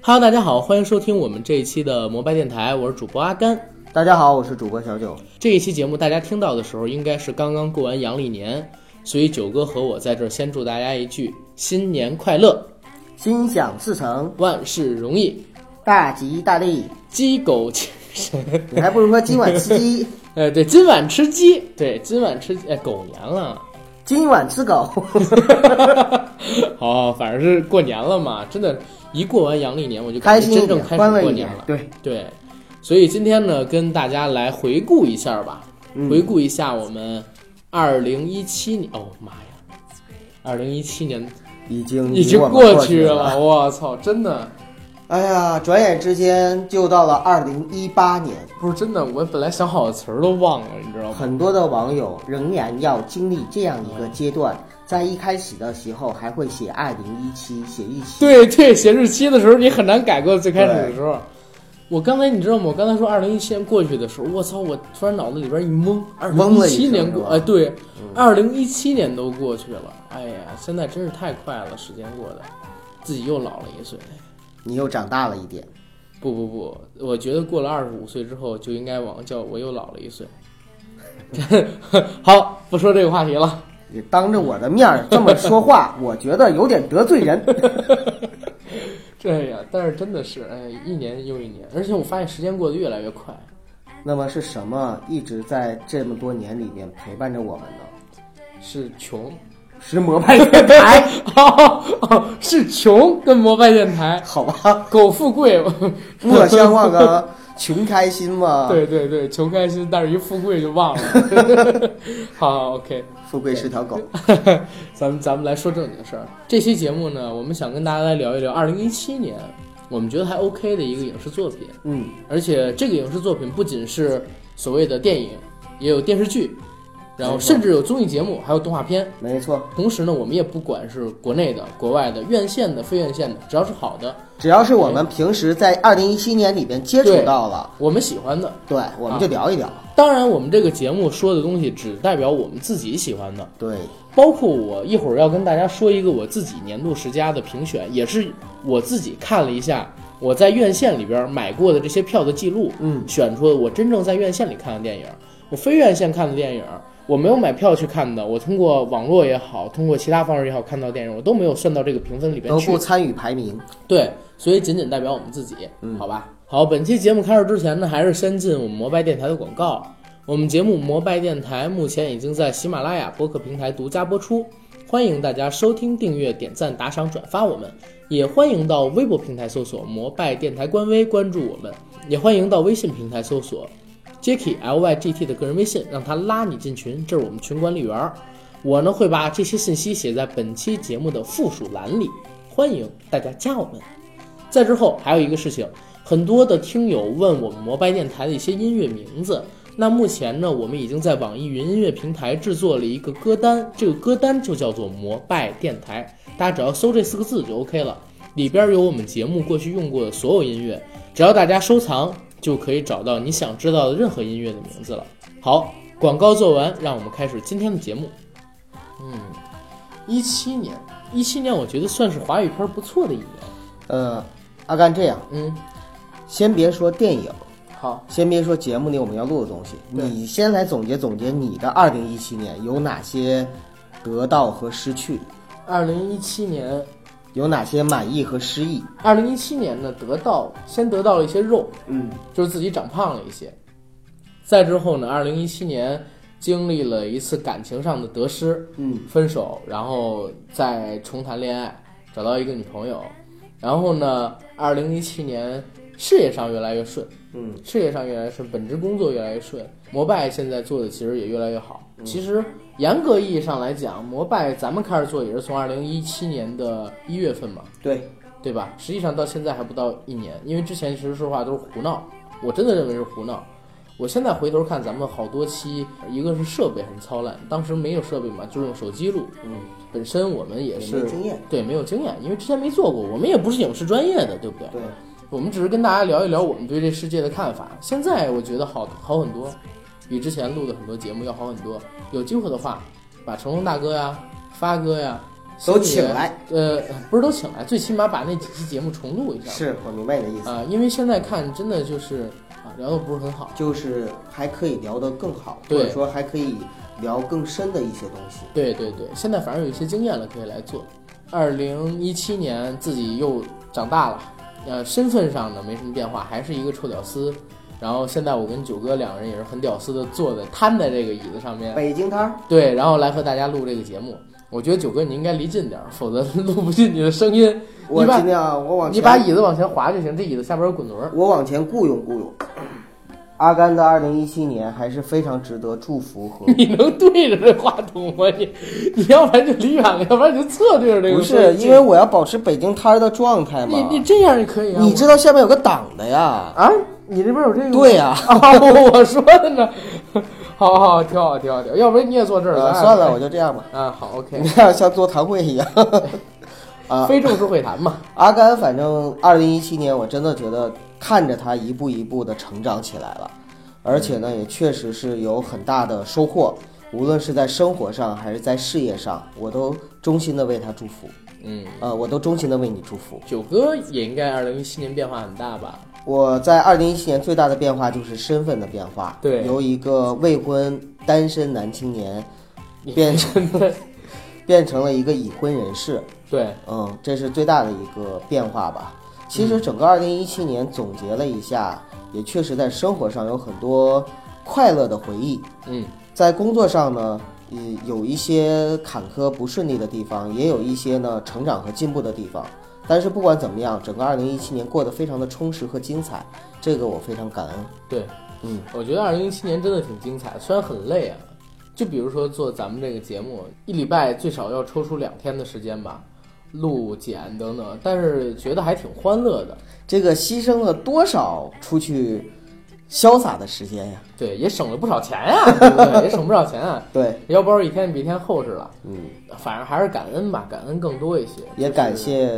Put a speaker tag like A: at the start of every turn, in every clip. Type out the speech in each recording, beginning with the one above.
A: Hello，大家好，欢迎收听我们这一期的摩拜电台，我是主播阿甘。
B: 大家好，我是主播小九。
A: 这一期节目大家听到的时候，应该是刚刚过完阳历年，所以九哥和我在这儿先祝大家一句新年快乐，
B: 心想事成，
A: 万事如意，
B: 大吉大利。
A: 鸡 狗精神。
B: 你还不如说今晚吃 鸡，
A: 呃，对，今晚吃鸡，对，今晚吃鸡，哎，狗年了。
B: 今晚吃狗。
A: 好，反正是过年了嘛，真的，一过完阳历年，我就
B: 开
A: 感觉
B: 心一
A: 真正
B: 点，
A: 开
B: 宽
A: 始
B: 慰
A: 过
B: 一
A: 年
B: 点
A: 了。。
B: 对，
A: 对，所以今天呢，跟大家来回顾一下吧，
B: 嗯
A: 回顾一下我们二零一七年。哦妈呀，二零一七年
B: 已经
A: 已经
B: 嗯我们
A: 过
B: 过
A: 去了，
B: 了。
A: 我操，真的
B: 哎呀，转眼之间就到了二零一八年，
A: 不是真的，我本来想好的词儿都忘了，你知道吗？
B: 很多的网友仍然要经历这样一个阶段，在一开始的时候还会写二零一七，写一起。
A: 对对，写日期的时候你很难改过最开始的时候。我刚才你知道吗？我刚才说二零一七年过去的时候，我操！我突然脑子里边一懵，二零
B: 懵了一
A: 七
B: 下
A: 年
B: 是
A: 过，
B: 吧
A: 哎，对，二零一七年都过去了。哎呀，现在真是太快了，时间过得，自己又老了一岁。
B: 你又长大了一点，
A: 不不不，我觉得过了二十五岁之后就应该往叫我又老了一岁。 好，不说这个话题了。
B: 你当着我的面儿这么说 话，我觉得有点得罪人。
A: 对呀，但是真的是，哎，一年又一年，而且我发现时间过得越来越快。
B: 那么是什么一直在这么多年里面陪伴着我们呢？
A: 是穷，
B: 是摩拜电台，
A: 哦哦，是穷跟摩拜电台
B: 好吧，
A: 狗富贵，
B: 莫相忘啊，穷开心嘛。，
A: 对对对，穷开心，但是一富贵就忘 了。好好，OK，
B: 富贵是条狗。
A: 咱们咱们来说正经事儿。这期节目呢，我们想跟大家来聊一聊二零一七年我们觉得还 OK 的一个影视作品，
B: 嗯，
A: 而且这个影视作品不仅是所谓的电影，也有电视剧，然后
B: 没错
A: 甚至有综艺节目，还有动画片。
B: 没错，
A: 同时呢，我们也不管是国内的、国外的、院线的、非院线的，只要是好的，
B: 只要是我们平时在二零一七年里边接触到了，
A: 我们喜欢的。
B: 对，我们就聊一聊。
A: 当然，我们这个节目说的东西只代表我们自己喜欢的，
B: 对，
A: 包括我一会儿要跟大家说一个我自己年度十佳的评选，也是我自己看了一下我在院线里边买过的这些票的记录，
B: 嗯，
A: 选出我真正在院线里看的电影，我非院线看的电影，我没有买票去看的，我通过网络也好，通过其他方式也好看到电影，我都没有算到这个评分里边
B: 都
A: 去
B: 不。参与排名。
A: 对，所以仅仅代表我们自己，好吧？好，本期节目开始之前呢，还是先进我们摩拜电台的广告。我们节目摩拜电台目前已经在喜马拉雅播客平台独家播出，欢迎大家收听、订阅、点赞、打赏、转发我们，也欢迎到微博平台搜索“摩拜电台”官微关注我们，也欢迎到微信平台搜索 Jacky L Y G T 的个人微信，让他拉你进群，这是我们群管理员儿。我呢会把这些信息写在本期节目的附属栏里，欢迎大家加我们。再之后还有一个事情，很多的听友问我们摩拜电台的一些音乐名字。那目前呢，我们已经在网易云音乐平台制作了一个歌单，这个歌单就叫做“摩拜电台”，大家只要搜这四个字就 OK 了。里边有我们节目过去用过的所有音乐，只要大家收藏，就可以找到你想知道的任何音乐的名字了。好，广告做完，让我们开始今天的节目。嗯，一七年，一七年我觉得算是华语片不错的一年。
B: 呃，阿甘这样，
A: 嗯，
B: 先别说电影，
A: 好，
B: 先别说节目里我们要录的东西，
A: 对
B: 你先来总结总结你的二零一七年有哪些得到和失去，
A: 二零一七年，
B: 有哪些满意和失意。
A: 二零一七年呢，得到先得到了一些肉，
B: 嗯，
A: 就是自己长胖了一些。再之后呢，二零一七年经历了一次感情上的得失，
B: 嗯，
A: 分手，然后再重谈恋爱，找到一个女朋友，然后呢，二零一七年事业上越来越顺，
B: 嗯，
A: 事业上越来越顺，本职工作越来越顺，摩拜现在做的其实也越来越好。其实严格意义上来讲，摩拜咱们开始做也是从二零一七年的一月份嘛，
B: 对，
A: 对吧？实际上到现在还不到一年，因为之前其实说实话都是胡闹，我真的认为是胡闹。我现在回头看咱们好多期，一个是设备很糙烂，当时没有设备嘛，就用手机录。嗯，本身我们也
B: 也
A: 是
B: 没经验
A: 对没有经验，因为之前没做过，我们也不是影视专业的，对不对？
B: 对，
A: 我们只是跟大家聊一聊我们对这世界的看法。现在我觉得好好很多，比之前录的很多节目要好很多。有机会的话，把成龙大哥呀、发哥呀
B: 都请来，
A: 星爷呃，不是都请来，最起码把那几期节目重录一下。
B: 是我明白你的意思，
A: 啊、因为现在看真的就是啊，聊的不是很好。
B: 就是还可以聊得更好，或
A: 对
B: 者说还可以聊更深的一些东西。
A: 对对对，现在反正有一些经验了，可以来做。二零一七年自己又长大了，呃，身份上呢没什么变化，还是一个臭屌丝。然后现在我跟九哥两个人也是很屌丝的坐在瘫在这个椅子上面，
B: 北京摊儿，
A: 对，然后来和大家录这个节目。我觉得九哥你应该离近点儿，否则 录不进你的声音。
B: 我
A: 你把
B: 尽量我往
A: 你
B: 前
A: 把椅子往前滑就行，这椅子下边有滚轮 儿。
B: 我往前雇佣雇佣。阿甘的二零一七年还是非常值得祝福 和
A: 你能对着这话筒吗？你你要不然就离远了，要不然就侧对着这个
B: 不
A: 声音。
B: 是因为我要保持北京摊儿的状态嘛
A: 你。你这样也可以啊。
B: 你知道下面有个挡的呀？
A: 啊，你这边有这个？
B: 对呀
A: 哦我说的呢。好好，挺好，挺好，挺好。要不然你也坐这儿，
B: 呃
A: 咱俩
B: 算了，我就这样吧。
A: 啊，好，OK，
B: 你看 像座谈会一样。啊，
A: 非正式会谈嘛。
B: 阿甘，反正二零一七年我真的觉得看着他一步一步的成长起来了，而且
A: 嗯
B: 呢，也确实是有很大的收获，无论是在生活上还是在事业上，我都衷心的为他祝福。
A: 嗯，
B: 呃，我都衷心的为你祝福。
A: 九哥也应该二零一七年变化很大吧？
B: 我在二零一七年最大的变化就是身份的变化，
A: 对
B: 由一个未婚单身男青年变成
A: 真的，
B: 变成了一个已婚人士，
A: 对，
B: 嗯，这是最大的一个变化吧。其实整个二零一七年总结了一下，也确实在生活上有很多快乐的回忆，
A: 嗯，
B: 在工作上呢，嗯，有一些坎坷不顺利的地方，也有一些呢成长和进步的地方。但是不管怎么样，整个二零一七年过得非常的充实和精彩，这个我非常感恩。
A: 对，
B: 嗯，
A: 我觉得二零一七年真的挺精彩的，虽然很累啊。就比如说做咱们这个节目，一礼拜最少要抽出两天的时间吧，录剪等等，但是觉得还挺欢乐的。
B: 这个牺牲了多少出去潇洒的时间呀？
A: 对，也省了不少钱呀、对不对？也省不少钱啊。
B: 对，
A: 腰包一天比一天厚实了，
B: 嗯，
A: 反正还是感恩吧，感恩更多一些。
B: 也感谢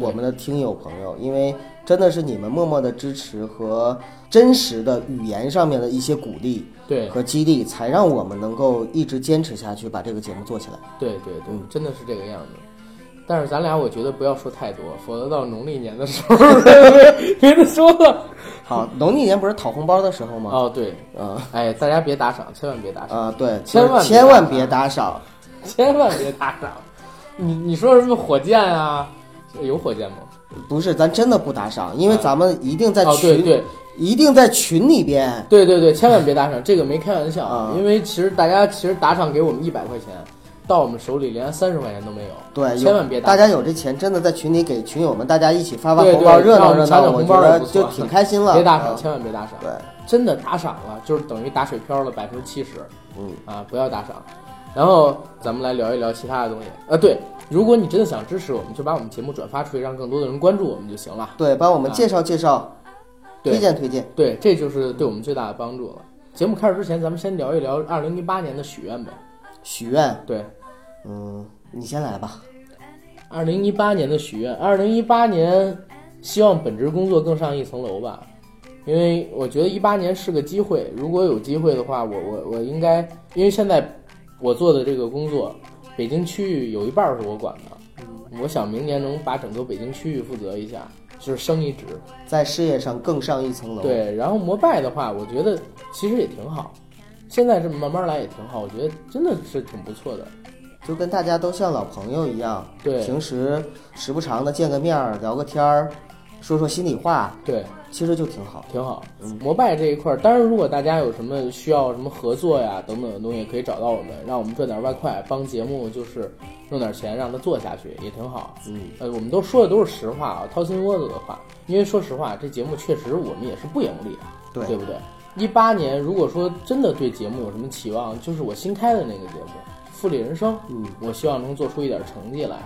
B: 我们的听友朋友，因为真的是你们默默的支持和真实的语言上面的一些鼓励
A: 对
B: 和激励，才让我们能够一直坚持下去，把这个节目做起来。
A: 对对对，
B: 嗯
A: 真的是这个样子。但是咱俩我觉得不要说太多，否则到农历年的时候别再说了。
B: 好，农历年不是讨红包的时候吗？
A: 哦，对，
B: 啊
A: 哎，大家别打赏，千万别打
B: 啊、
A: 赏，
B: 对，
A: 千万别
B: 千万别打赏，
A: 千万别打赏。你你说什么火箭啊？有火箭吗？
B: 不是，咱真的不打赏，因为咱们一定在
A: 哦，
B: 群，
A: 对对
B: 一定在群里边。
A: 对对对，千万别打赏，这个没开玩笑，
B: 啊
A: 因为其实大家其实打赏给我们一百块钱，到我们手里连三十块钱都没有。
B: 对，有
A: 千万别打
B: 大
A: 赏。
B: 家有这钱，真的在群里给群友们大家一起发发
A: 对
B: 红包，
A: 对
B: 热
A: 让
B: 闹
A: 我们
B: 热
A: 抢
B: 闹，
A: 抢
B: 我
A: 红
B: 觉
A: 包
B: 得
A: 也不错
B: 就挺开心了。
A: 别打
B: 嗯
A: 赏，千万别打赏。
B: 对，
A: 真的打赏了，就是等于打水漂了百分之七十
B: 嗯，
A: 啊！不要打赏。然后咱们来聊一聊其他的东西啊。对，如果你真的想支持我们，就把我们节目转发出去，让更多的人关注我们就行了。
B: 对，帮我们介绍介绍，
A: 啊
B: 推
A: 对
B: 荐推荐。
A: 对，这就是对我们最大的帮助了。节目开始之前，咱们先聊一聊二零一八年的许愿呗。
B: 许愿，
A: 对，
B: 嗯，你先来吧。
A: 二零一八年的许愿，二零一八年希望本职工作更上一层楼吧，因为我觉得一八年是个机会，如果有机会的话，我我我应该，因为现在我做的这个工作，北京区域有一半儿是我管的，我想明年能把整个北京区域负责一下，就是升一职。
B: 在事业上更上一层楼。，
A: 对，然后摩拜的话，我觉得其实也挺好，现在这么慢慢来也挺好，我觉得真的是挺不错的。
B: 就跟大家都像老朋友一样，
A: 对
B: 平时时不常的见个面儿，聊个天儿，说说心里话，
A: 对，
B: 其实就挺好。
A: 挺好。摩拜这一块儿，当然如果大家有什么需要什么合作呀等等的东西，可以找到我们，让我们赚点外快，帮节目就是弄点钱让它做下去也挺好。
B: 嗯，
A: 呃，我们都说的都是实话啊，掏心窝子的话，因为说实话，这节目确实我们也是不盈利，啊
B: 对
A: 对不对？一八年如果说真的对节目有什么期望，就是我新开的那个节目《富丽人生》，
B: 嗯，
A: 我希望能做出一点成绩来，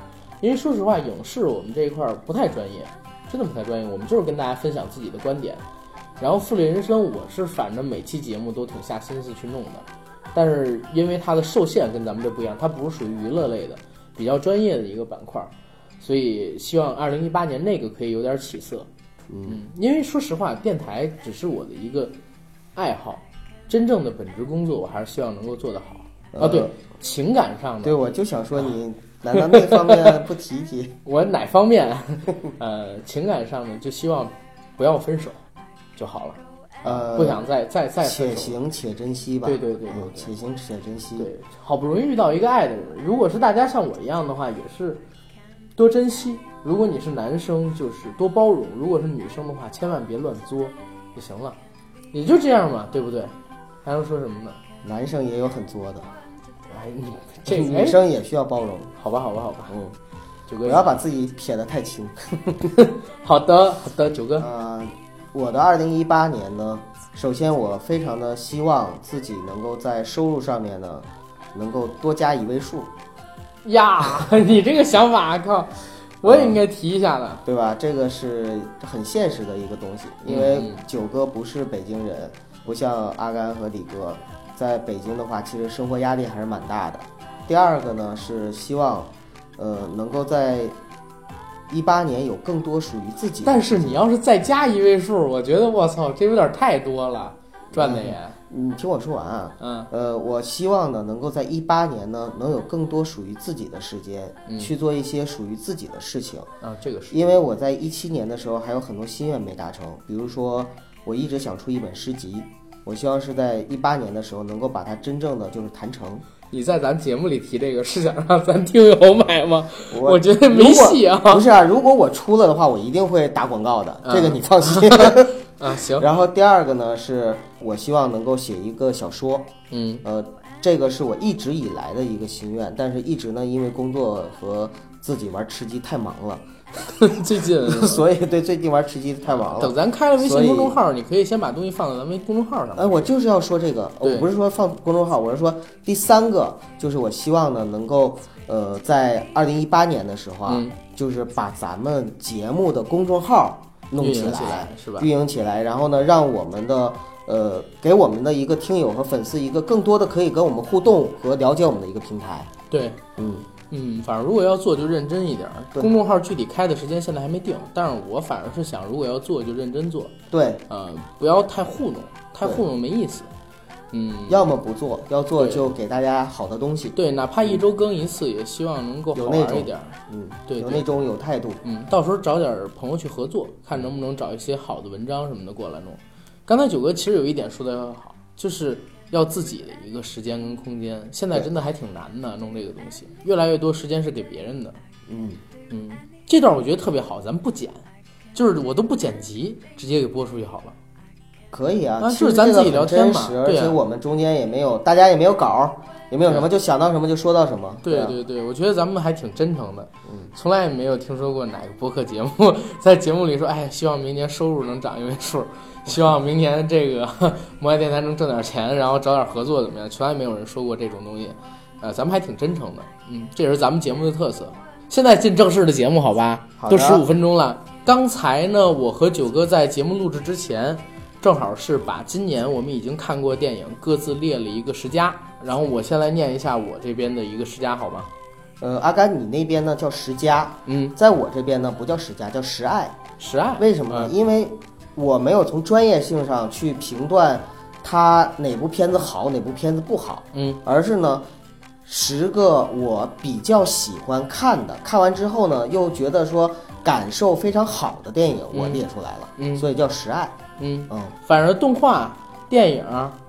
A: 因为说实话，影视我们这一块儿不太专业，真的不太专业，我们就是跟大家分享自己的观点。然后《复联人生》，我是反正每期节目都挺下心思去弄的，但是因为它的受限跟咱们这不一样，它不是属于娱乐类的，比较专业的一个板块儿，所以希望二零一八年那个可以有点起色。嗯，因为说实话，电台只是我的一个爱好，真正的本职工作，我还是希望能够做得好。啊，对
B: 呃，
A: 情感上
B: 对，
A: 的，
B: 我就想说
A: 啊
B: 你难道那方面不提 一提？
A: 我哪方面？ 呃，情感上的就希望不要分手就好了，
B: 呃，
A: 不想再再再
B: 且
A: 分手。
B: 行且珍惜吧。
A: 对对对对
B: 嗯
A: 对
B: 且行且珍惜。
A: 对，好不容易遇到一个爱的人，如果是大家像我一样的话，也是多珍惜。如果你是男生，就是多包容；如果是女生的话，千万别乱作就行了，也就这样嘛，对不对？还能说什么呢？
B: 男生也有很作的，
A: 哎， 你这个
B: 女
A: 哎
B: 生也需要包容。
A: 好吧，好吧，好吧，
B: 嗯，
A: 九
B: 不
A: 哥，
B: 要把自己撇得太清。
A: 好的，好的，九哥，
B: 呃，我的二零一八年呢，首先我非常的希望自己能够在收入上面呢，能够多加一位数，
A: 呀， 你这个想法，靠，我也应
B: 嗯
A: 该提一下的。
B: 对吧？这个是很现实的一个东西，因为
A: 嗯
B: 九哥不是北京人，不像阿甘和李哥，在北京的话，其实生活压力还是蛮大的。第二个呢是希望，呃，能够在一八年有更多属于自己的
A: 但是你要是再加一位数，我觉得我操，这有点太多了，赚的也，
B: 你听我说完啊，
A: 嗯，
B: 呃，我希望呢，能够在一八年呢，能有更多属于自己的时间、
A: 嗯
B: 去做一些属于自己的事情，
A: 啊，这个是，
B: 因为我在一七年的时候还有很多心愿没达成，比如说我一直想出一本诗集，我希望是在一八年的时候能够把它真正的就是谈成。
A: 你在咱节目里提这个是想让咱听友买吗？
B: 我
A: 我觉得没戏啊
B: 如果不是啊，如果我出了的话，我一定会打广告的，
A: 嗯
B: 这个你放心。
A: 啊，行，
B: 然后第二个呢，是我希望能够写一个小说，
A: 嗯
B: 呃，这个是我一直以来的一个心愿，但是一直呢，因为工作和自己玩吃鸡太忙了，
A: 最近
B: 所以对最近玩吃鸡太忙
A: 等
B: 了。
A: 咱开了微
B: 所
A: 信
B: 以
A: 公众号，你可以先把东西放到咱们公众号上。
B: 哎，我就是要说这个，
A: 啊对
B: 我不是说放公众号，我是说第三个，就是我希望呢能够，呃，在二零一八年的时候啊，
A: 嗯
B: 就是把咱们节目的公众号弄
A: 运营起来
B: 来，
A: 是吧
B: 运营起来，然后呢，让我们的呃，给我们的一个听友和粉丝一个更多的可以跟我们互动和了解我们的一个平台，
A: 对，
B: 嗯。
A: 嗯，反正如果要做就认真一点儿。
B: 对
A: 公众号具体开的时间现在还没定，但是我反而是想，如果要做就认真做，
B: 对，
A: 呃，不要太糊弄，太
B: 对
A: 糊弄没意思。嗯，
B: 要么不做，要做
A: 对
B: 就给大家好的东西，
A: 对，哪怕一周更一次，也希望能够好
B: 有那
A: 玩
B: 种
A: 一点儿。
B: 嗯，
A: 对
B: 有
A: 对
B: 那种有态度，
A: 嗯，到时候找点儿朋友去合作，看能不能找一些好的文章什么的过来弄。刚才九哥其实有一点说的好，就是要自己的一个时间跟空间。现在真的还挺难的，弄这个东西，越来越多时间是给别人的。
B: 嗯，
A: 嗯，这段我觉得特别好，咱们不剪，就是我都不剪辑，直接给播出去好了。
B: 可以啊
A: 啊，
B: 其
A: 就是
B: 实
A: 咱
B: 这个
A: 自己聊
B: 很
A: 天
B: 真
A: 嘛
B: 实，
A: 对啊
B: 而且我们中间也没有，大家也没有稿儿，也没有什么，就想到什么就说到什么，
A: 对
B: 啊，
A: 对对，我觉得咱们还挺真诚的，从来也没有听说过哪个播客节目在节目里说，哎，希望明年收入能涨一位数，希望明年这个 摩拜电台能挣点钱，然后找点合作怎么样？从来没有人说过这种东西，呃，咱们还挺真诚的，嗯，这也是咱们节目的特色。现在进正式的节目，好吧？
B: 好
A: 都
B: 的
A: 十五分钟了。刚才呢，我和九哥在节目录制之前，正好是把今年我们已经看过的电影各自列了一个十佳，然后我先来念一下我这边的一个十佳，好吗？
B: 呃，阿甘，你那边呢叫十佳，
A: 嗯，
B: 在我这边呢不叫十佳，叫十爱，
A: 十爱
B: 为什么呢？啊因为我没有从专业性上去评断它哪部片子好，哪部片子不好，
A: 嗯，
B: 而是呢，十个我比较喜欢看的，看完之后呢，又觉得说感受非常好的电影，我列出来了，
A: 嗯
B: 所以叫十爱，
A: 嗯，
B: 嗯，
A: 反正动画、电影、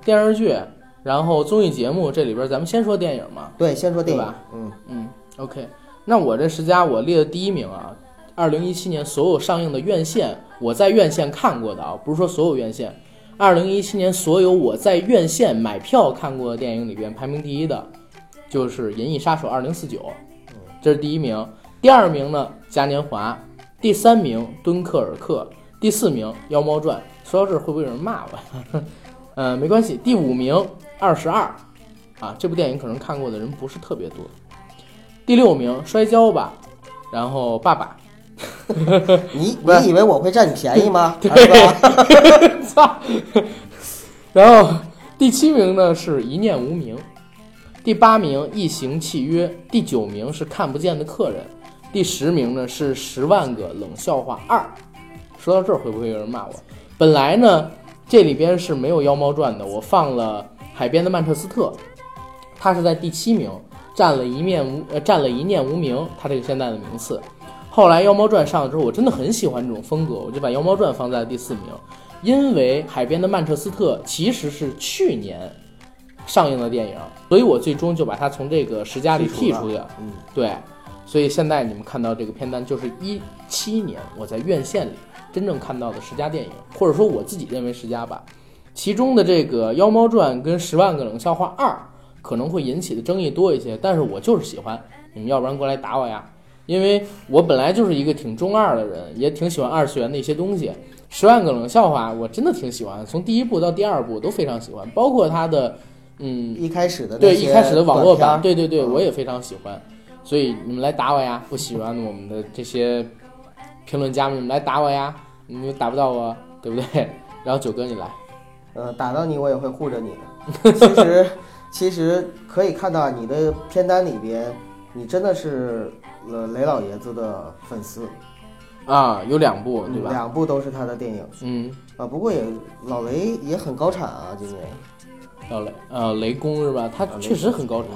A: 电视剧，然后综艺节目这里边，咱们先说电影嘛。
B: 对，先说电
A: 对
B: 影
A: 吧，
B: 嗯，
A: 嗯，OK，那我这十佳我列的第一名啊，二零一七年所有上映的院线，我在院线看过的啊，不是说所有院线，二零一七年所有我在院线买票看过的电影里边，排名第一的，就是《银翼杀手二零四九》，这是第一名。第二名呢，《嘉年华》；第三名，《敦刻尔克》；第四名，《妖猫传》。说到这儿，会不会有人骂我？ 呃，没关系。第五名，《二十二》啊，这部电影可能看过的人不是特别多。第六名摔跤吧，然后爸爸，
B: 你你以为我会占你便宜吗？
A: 对
B: 二 哥
A: 操！然后第七名呢是一念无名，第八名一行契约，第九名是看不见的客人，第十名呢是十万个冷笑话二。说到这儿，会不会有人骂我？本来呢这里边是没有妖猫传的，我放了海边的曼彻斯特，它是在第七名，占了一面无呃占了一念无名，它这个现在的名次。后来《妖猫传》上了之后，我真的很喜欢这种风格，我就把《妖猫传》放在了第四名，因为《海边的曼彻斯特》其实是去年上映的电影，所以我最终就把它从这个十佳里剔出去。
B: 嗯，
A: 对，所以现在你们看到这个片单，就是一七年我在院线里真正看到的十佳电影，或者说我自己认为十佳吧。其中的这个《妖猫传》跟《十万个冷笑话二》可能会引起的争议多一些，但是我就是喜欢，你们要不然过来打我呀，因为我本来就是一个挺中二的人，也挺喜欢二次元的一些东西。《十万个冷笑话》我真的挺喜欢，从第一部到第二部我都非常喜欢，包括它的嗯
B: 一开始的那
A: 对
B: 些
A: 一开始的网络版，
B: 短
A: 对
B: 片
A: 对对，
B: 嗯
A: 我也非常喜欢，所以你们来打我呀！不喜欢我们的这些评论家们，你们来打我呀！你们打不到我，对不对？然后九哥你来，
B: 儿，呃，打到你我也会护着你的。其实其实可以看到你的片单里边，你真的是呃雷老爷子的粉丝，
A: 啊，有两部对
B: 嗯
A: 吧？
B: 两部都是他的电影
A: 嗯，
B: 啊。不过也老雷也很高产啊，今年
A: 要雷呃雷公是吧？他
B: 啊雷
A: 确实很高产，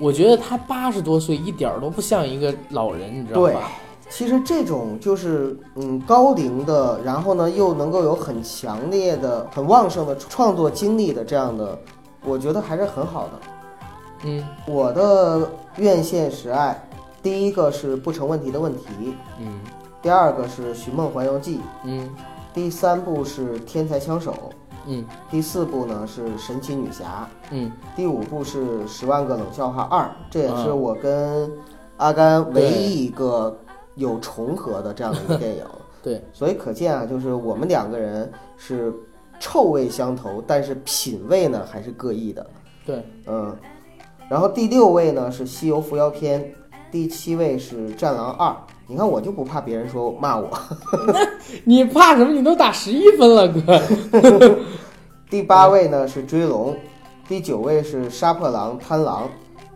A: 我觉得他八十多岁一点儿都不像一个老人，你知道
B: 对
A: 吧？
B: 其实这种就是嗯高龄的，然后呢又能够有很强烈的、很旺盛的创作精力的这样的，我觉得还是很好的。
A: 嗯
B: 我的院线十爱，第一个是不成问题的问题，
A: 嗯
B: 第二个是《寻梦环游记
A: 嗯》，
B: 第三部是《天才枪手》，
A: 嗯
B: 第四部呢是《神奇女侠
A: 嗯》，
B: 第五部是《十万个冷笑话二》，这也是
A: 嗯
B: 我跟阿甘唯一一个有重合的这样的一个电影。
A: 对，
B: 所以可见啊，就是我们两个人是臭味相投，但是品味呢还是各异的。
A: 对，
B: 嗯，然后第六位呢是《西游伏妖篇》，第七位是《战狼二》。你看我就不怕别人说骂我。
A: 你怕什么？你都打十一分了，哥。
B: 第八位呢是《追龙》，第九位是《杀破狼贪狼》，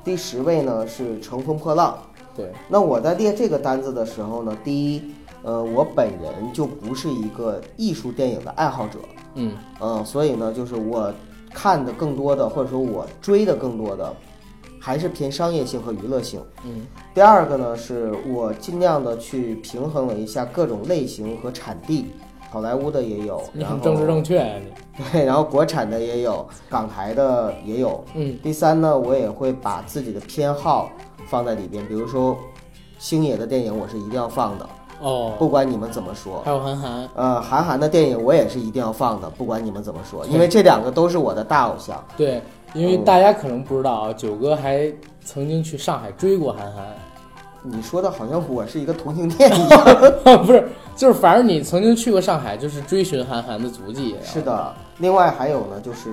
B: 第十位呢是《乘风破浪》。
A: 对，
B: 那我在列这个单子的时候呢，第一，呃，我本人就不是一个艺术电影的爱好者，
A: 嗯
B: 嗯，所以呢，就是我看的更多的，或者说我追的更多的，还是偏商业性和娱乐性。
A: 嗯
B: 第二个呢，是我尽量的去平衡了一下各种类型和产地，好莱坞的也有，
A: 你
B: 然
A: 很
B: 后
A: 政治正确呀、你。
B: 对，然后国产的也有，港台的也有。
A: 嗯
B: 第三呢，我也会把自己的偏好放在里边，比如说星爷的电影我是一定要放的，
A: 哦，
B: 不管你们怎么说。
A: 还有韩寒，
B: 呃，韩寒的电影我也是一定要放的，不管你们怎么说，因为这两个都是我的大偶像。
A: 对，因为大家可能不知道啊，九哥还曾经去上海追过韩寒，
B: 你说的好像我是一个同性恋一样。
A: 不是，就是反正你曾经去过上海，就是追寻韩寒的足迹。
B: 是的，另外还有呢，就是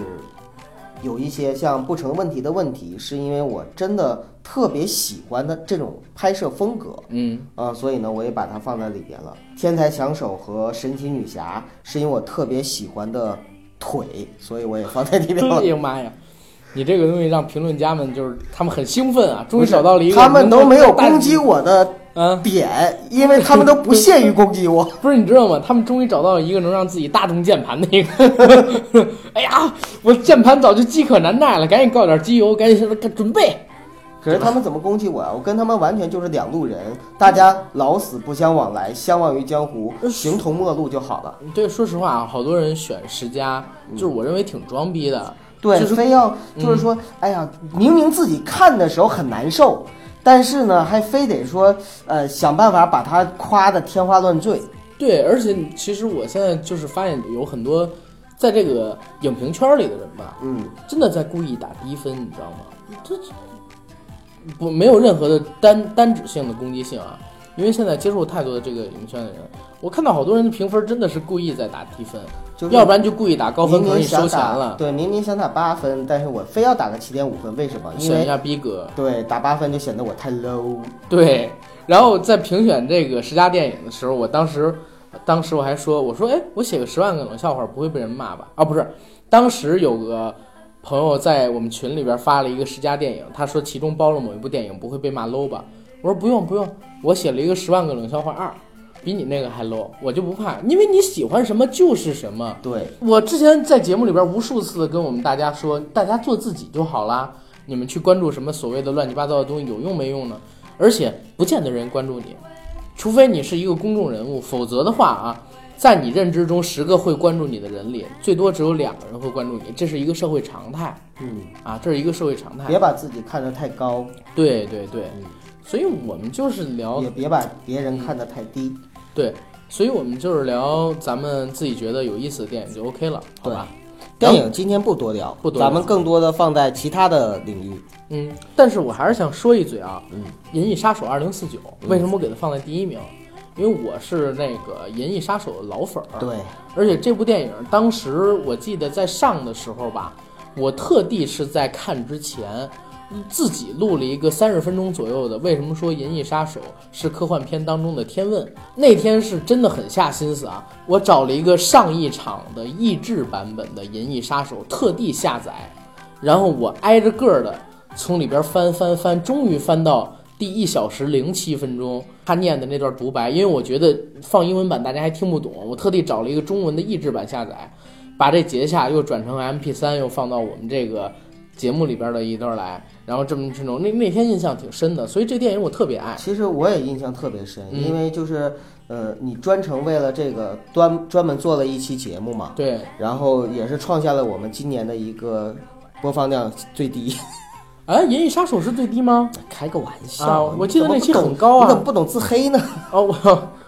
B: 有一些像不成问题的问题，是因为我真的特别喜欢的这种拍摄风格。
A: 嗯，
B: 啊、所以呢，我也把它放在里边了。天才强手和神奇女侠是因为我特别喜欢的腿，所以我也放在里边了
A: 哎。呀妈呀，你这个东西让评论家们就是他们很兴奋啊，终于找到了一个
B: 他们都没有攻击
A: 我。
B: 我的
A: 嗯，
B: 点，因为他们都不屑于攻 击我。
A: 不是，你知道吗？他们终于找到了一个能让自己大动键盘的一个。 哎呀，我键盘早就饥渴难耐了，赶紧告点机油，赶紧现在准备。
B: 可是他们怎么攻击我啊？我跟他们完全就是两路人，大家老死不相往来，相忘于江湖，
A: 呃
B: 形同陌路就好了。
A: 对，说实话啊，好多人选十佳，就是
B: 嗯
A: 我认为挺装逼的。
B: 对，
A: 就是嗯
B: 非要就是说，哎呀，明明自己看的时候很难受，但是呢，还非得说，呃，想办法把它夸得天花乱坠。
A: 对，而且你其实我现在就是发现有很多在这个影评圈里的人吧，
B: 嗯，
A: 真的在故意打低分，你知道吗？这不没有任何的单单指性的攻击性啊，因为现在接触太多的这个影圈的人，我看到好多人的评分真的是故意在打低分，
B: 就是
A: 要不然就故意打高分，
B: 明
A: 可能
B: 明
A: 你收
B: 想
A: 钱
B: 打
A: 了，
B: 对，明明想打八分，但是我非要打个七点五分，为什么？因
A: 省一
B: 为
A: 下逼格。
B: 对打八分 就显得我太 low。
A: 对，然后在评选这个十佳电影的时候，我当时当时我还说，我说，哎，我写个十万个冷笑话不会被人骂吧？啊，不是，当时有个朋友在我们群里边发了一个十佳电影，他说其中包了某一部电影，不会被骂 low 吧？我说不用不用，我写了一个十万个冷笑话二，比你那个还 low，我就不怕，因为你喜欢什么就是什么。
B: 对，
A: 我之前在节目里边无数次地跟我们大家说，大家做自己就好啦。你们去关注什么所谓的乱七八糟的东西，有用没用呢？而且不见得人关注你，除非你是一个公众人物，否则的话啊，在你认知中，十个会关注你的人里，最多只有两个人会关注你，这是一个社会常态
B: 嗯，
A: 啊，这是一个社会常态。
B: 别把自己看得太高，
A: 对对对
B: 嗯，
A: 所以我们就是聊
B: 也别把别人看得太低。
A: 嗯对，所以我们就是聊咱们自己觉得有意思的电影就 OK 了，好吧？
B: 电影今天不多聊，
A: 不多聊
B: 咱们更多的放在其他的领域。
A: 嗯，但是我还是想说一嘴啊，
B: 嗯
A: 银翼杀手二零四九》
B: 嗯
A: 为什么我给它放在第一名？因为我是那个《银翼杀手》的老粉儿，
B: 对，
A: 而且这部电影当时我记得在上的时候吧，我特地是在看之前自己录了一个三十分钟左右的。为什么说《银翼杀手》是科幻片当中的天问？那天是真的很下心思啊！我找了一个上一场的译制版本的《银翼杀手》，特地下载，然后我挨着个儿的从里边翻翻翻，终于翻到第一小时零七分钟，他念的那段独白，因为我觉得放英文版大家还听不懂，我特地找了一个中文的译制版下载，把这截下又转成 MP 3又放到我们这个节目里边的一段来，然后这么这种那那天印象挺深的，所以这电影我特别爱。
B: 其实我也印象特别深，
A: 啊嗯
B: 因为就是呃，你专程为了这个专专门做了一期节目嘛，
A: 对，
B: 然后也是创下了我们今年的一个播放量最低。
A: 哎，《银翼杀手》是最低吗？
B: 开个玩笑，
A: 啊
B: 你
A: 我记得
B: 怎么
A: 那期
B: 不懂
A: 很高啊
B: 你怎么不懂自黑呢？
A: 哦，我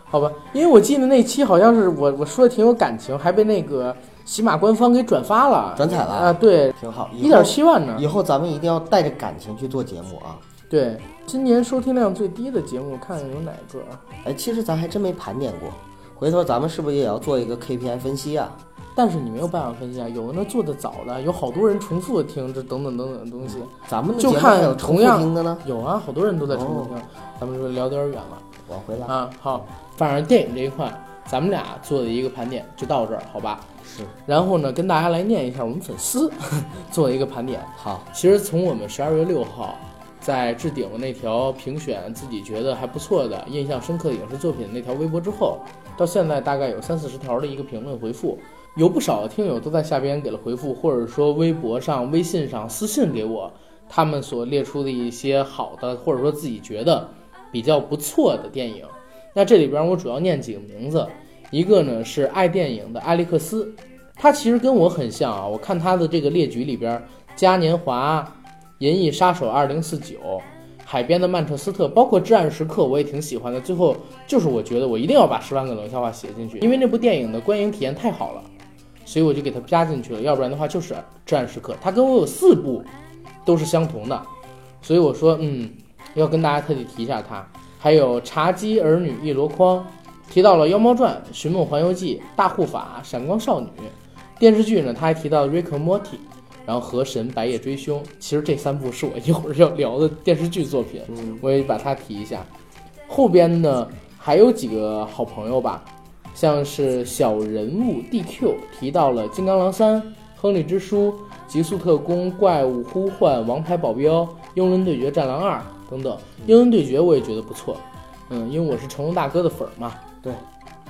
A: 好吧，因为我记得那期好像是我我说的挺有感情，还被那个喜马官方给转发了，
B: 转采了
A: 啊，对，
B: 挺好，
A: 一点希望呢。
B: 以后咱们一定要带着感情去做节目啊！
A: 对，今年收听量最低的节目，我看看有哪个啊？
B: 哎，其实咱还真没盘点过，回头咱们是不是也要做一个 KPI 分析啊？
A: 但是你没有办法分析啊，有那做的早的，有好多人重复的听，这等等等等的东西。
B: 咱们的节
A: 就
B: 目还有
A: 看
B: 重
A: 同
B: 复
A: 样
B: 听的呢。
A: 有啊，好多人都在重复
B: 哦
A: 听。咱们说聊得有点远了
B: 往回拉
A: 啊，好，反正电影这一块，咱们俩做的一个盘点就到这儿，好吧？
B: 是
A: 然后呢，跟大家来念一下我们粉丝 做的一个盘点。
B: 好，
A: 其实从我们十二月六号在置顶那条评选自己觉得还不错的、印象深刻的影视作品那条微博之后，到现在大概有三四十条的一个评论回复，有不少听友都在下边给了回复，或者说微博上、微信上私信给我，他们所列出的一些好的，或者说自己觉得比较不错的电影。那这里边我主要念几个名字，一个呢是爱电影的埃利克斯，他其实跟我很像啊，我看他的这个列举里边。《嘉年华》《银翼杀手二零四九》《海边的曼彻斯特》，包括《至暗时刻》，我也挺喜欢的。最后就是我觉得我一定要把《十万个冷笑话》写进去，因为那部电影的观影体验太好了，所以我就给它加进去了。要不然的话就是《至暗时刻》，它跟我有四部都是相同的，所以我说嗯，要跟大家特地提一下它。还有《茶几儿女一箩筐》，提到了《妖猫传》《寻梦环游记》《大护法》《闪光少女》。电视剧呢，他还提到《Rick and Morty》，然后《河神》《白夜追凶》，其实这三部是我一会儿要聊的电视剧作品，
B: 嗯，
A: 我也把它提一下。后边呢还有几个好朋友吧，像是小人物 DQ 提到了《金刚狼三》《亨利之书》《极速特工》《怪物呼唤》《王牌保镖》《英伦对决战狼二》等等。
B: 嗯
A: 《英伦对决》我也觉得不错，嗯，因为我是成龙大哥的粉儿嘛。
B: 对，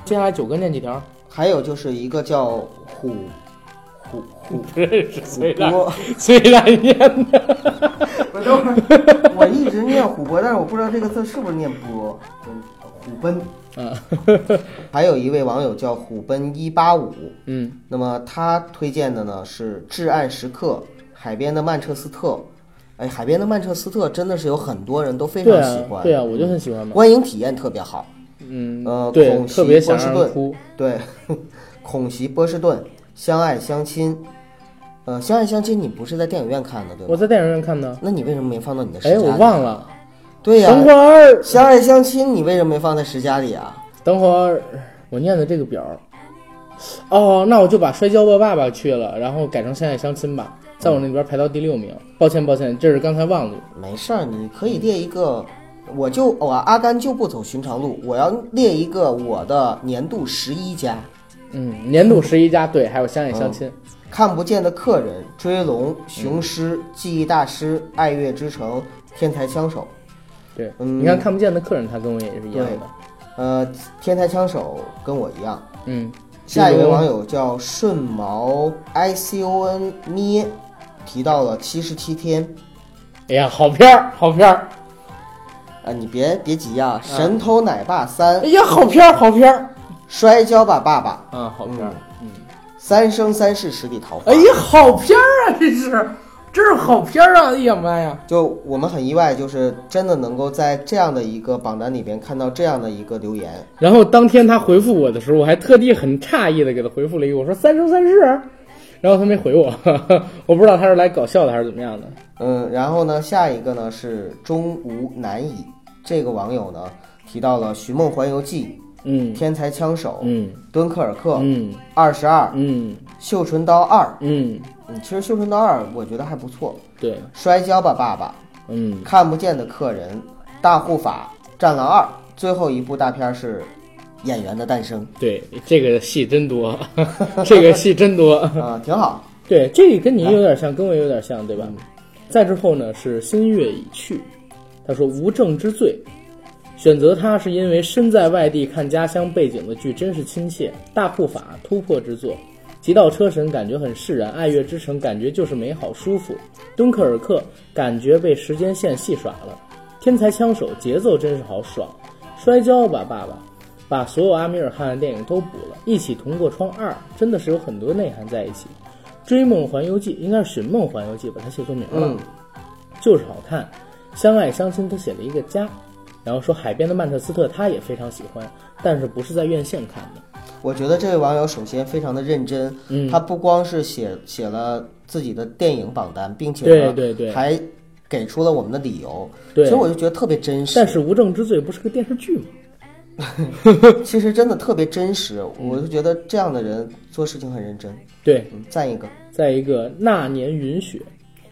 A: 接下来九哥念几条？
B: 还有就是一个叫虎虎虎
A: 不 认识，
B: 虎波，
A: 随来念的。
B: 不是， 我一直念虎波，但是我不知道这个字是不是念波，嗯虎奔。
A: 啊，
B: 还有一位网友叫虎奔一八五，
A: 嗯，
B: 那么他推荐的呢是《至暗时刻》《海边的曼彻斯特》。哎，《海边的曼彻斯特》真的是有很多人都非常
A: 对
B: 喜
A: 啊，
B: 欢，
A: 对啊，我就很喜欢嘛。
B: 观影体验特别好。
A: 嗯，
B: 呃
A: 对，
B: 孔
A: 特
B: 熙
A: 别想
B: 波士
A: 让人
B: 顿
A: 哭。
B: 对， 恐袭波士顿，相爱相亲，呃，相爱相亲你不是在电影院看的对
A: 我
B: 吧？
A: 在电影院看的，
B: 那你为什么没放到你的十佳
A: 哎，
B: 里？
A: 我忘。了。
B: 对呀、
A: 等会儿，
B: 相爱相亲你为什么没放在十佳里啊？
A: 等会儿，我念的这个表儿。哦，那我就把《摔跤吧爸爸》去了，然后改成《相爱相亲》吧，在我那里边排到第六名。抱歉，抱歉，这是刚才忘了。
B: 没事儿，你可以列一个我就我阿甘就不走寻常路，我要列一个我的年度十一家，
A: 嗯，年度十一家对，还有相爱相亲，
B: 看不见的客人、追龙、
A: 嗯
B: 雄狮、记忆大师、爱乐之城、天才枪手，
A: 对，
B: 嗯
A: 你看看不见的客人，他跟我也是一样的，
B: 呃，天才枪手跟我一样。
A: 嗯，
B: 下一位网
A: 友，
B: 友叫顺毛 i c o n 咩，提到了七十七天
A: 哎呀，好片儿，好片儿，
B: 啊，你别别急啊，神偷奶爸三
A: 哎、呀，好片儿，好片儿，
B: 摔跤吧爸爸，
A: 啊，好片儿，
B: 三生三世十里桃花。
A: 哎呀，好片儿啊，这是，这是好片儿啊，哎呀妈呀，
B: 就我们很意外，就是真的能够在这样的一个榜单里边看到这样的一个留言，
A: 然后当天他回复我的时候，我还特地很诧异的给他回复了一个，我说三生三世，然后他没回我， 我不知道他是来搞笑的还是怎么样的。
B: 嗯，然后呢，下一个呢是终无难矣，这个网友呢提到了《寻梦环游记》
A: 嗯
B: 《天才枪手》
A: 嗯
B: 敦刻尔克》
A: 嗯
B: 二十二》《
A: 嗯
B: 绣春刀二》
A: 嗯，
B: 嗯，其实《绣春刀二》我觉得还不错，
A: 对，
B: 《摔跤吧，爸爸
A: 嗯》
B: 看不见的客人，《大护法》《战狼二》，最后一部大片是《演员的 诞生
A: 对，这个戏真多， 这个戏真多。》
B: 啊、挺好。
A: 对，这个跟你有点像，跟我也有点像，对吧？再之后呢是星月已去，他说无证之罪，选择他是因为身在外地看家乡背景的剧真是亲切，大护法突破之作，极道车神感觉很释然，爱乐之城感觉就是美好舒服，敦刻尔克感觉被时间线戏耍了，天才枪手节奏真是好爽，摔跤吧爸爸。把所有阿米尔汗的电影都补了，一起同过窗二，真的是有很多内涵在一起。《追梦环游记》应该是《寻梦环游记》吧，他写错名了，
B: 嗯
A: 就是好看。相爱相亲，他写了一个家，然后说海边的曼彻斯特他也非常喜欢，但是不是在院线看的。
B: 我觉得这位网友首先非常的认真，
A: 嗯
B: 他不光是写写了自己的电影榜单，并且
A: 对
B: 呢
A: 对对
B: 还给出了我们的理由，
A: 对
B: 所以我就觉得特别真实。
A: 但是《无证之罪》不是个电视剧吗？
B: 其实真的特别真实，
A: 嗯
B: 我就觉得这样的人做事情很认真，
A: 对，
B: 嗯，赞一个。
A: 再一个《那年云雪》，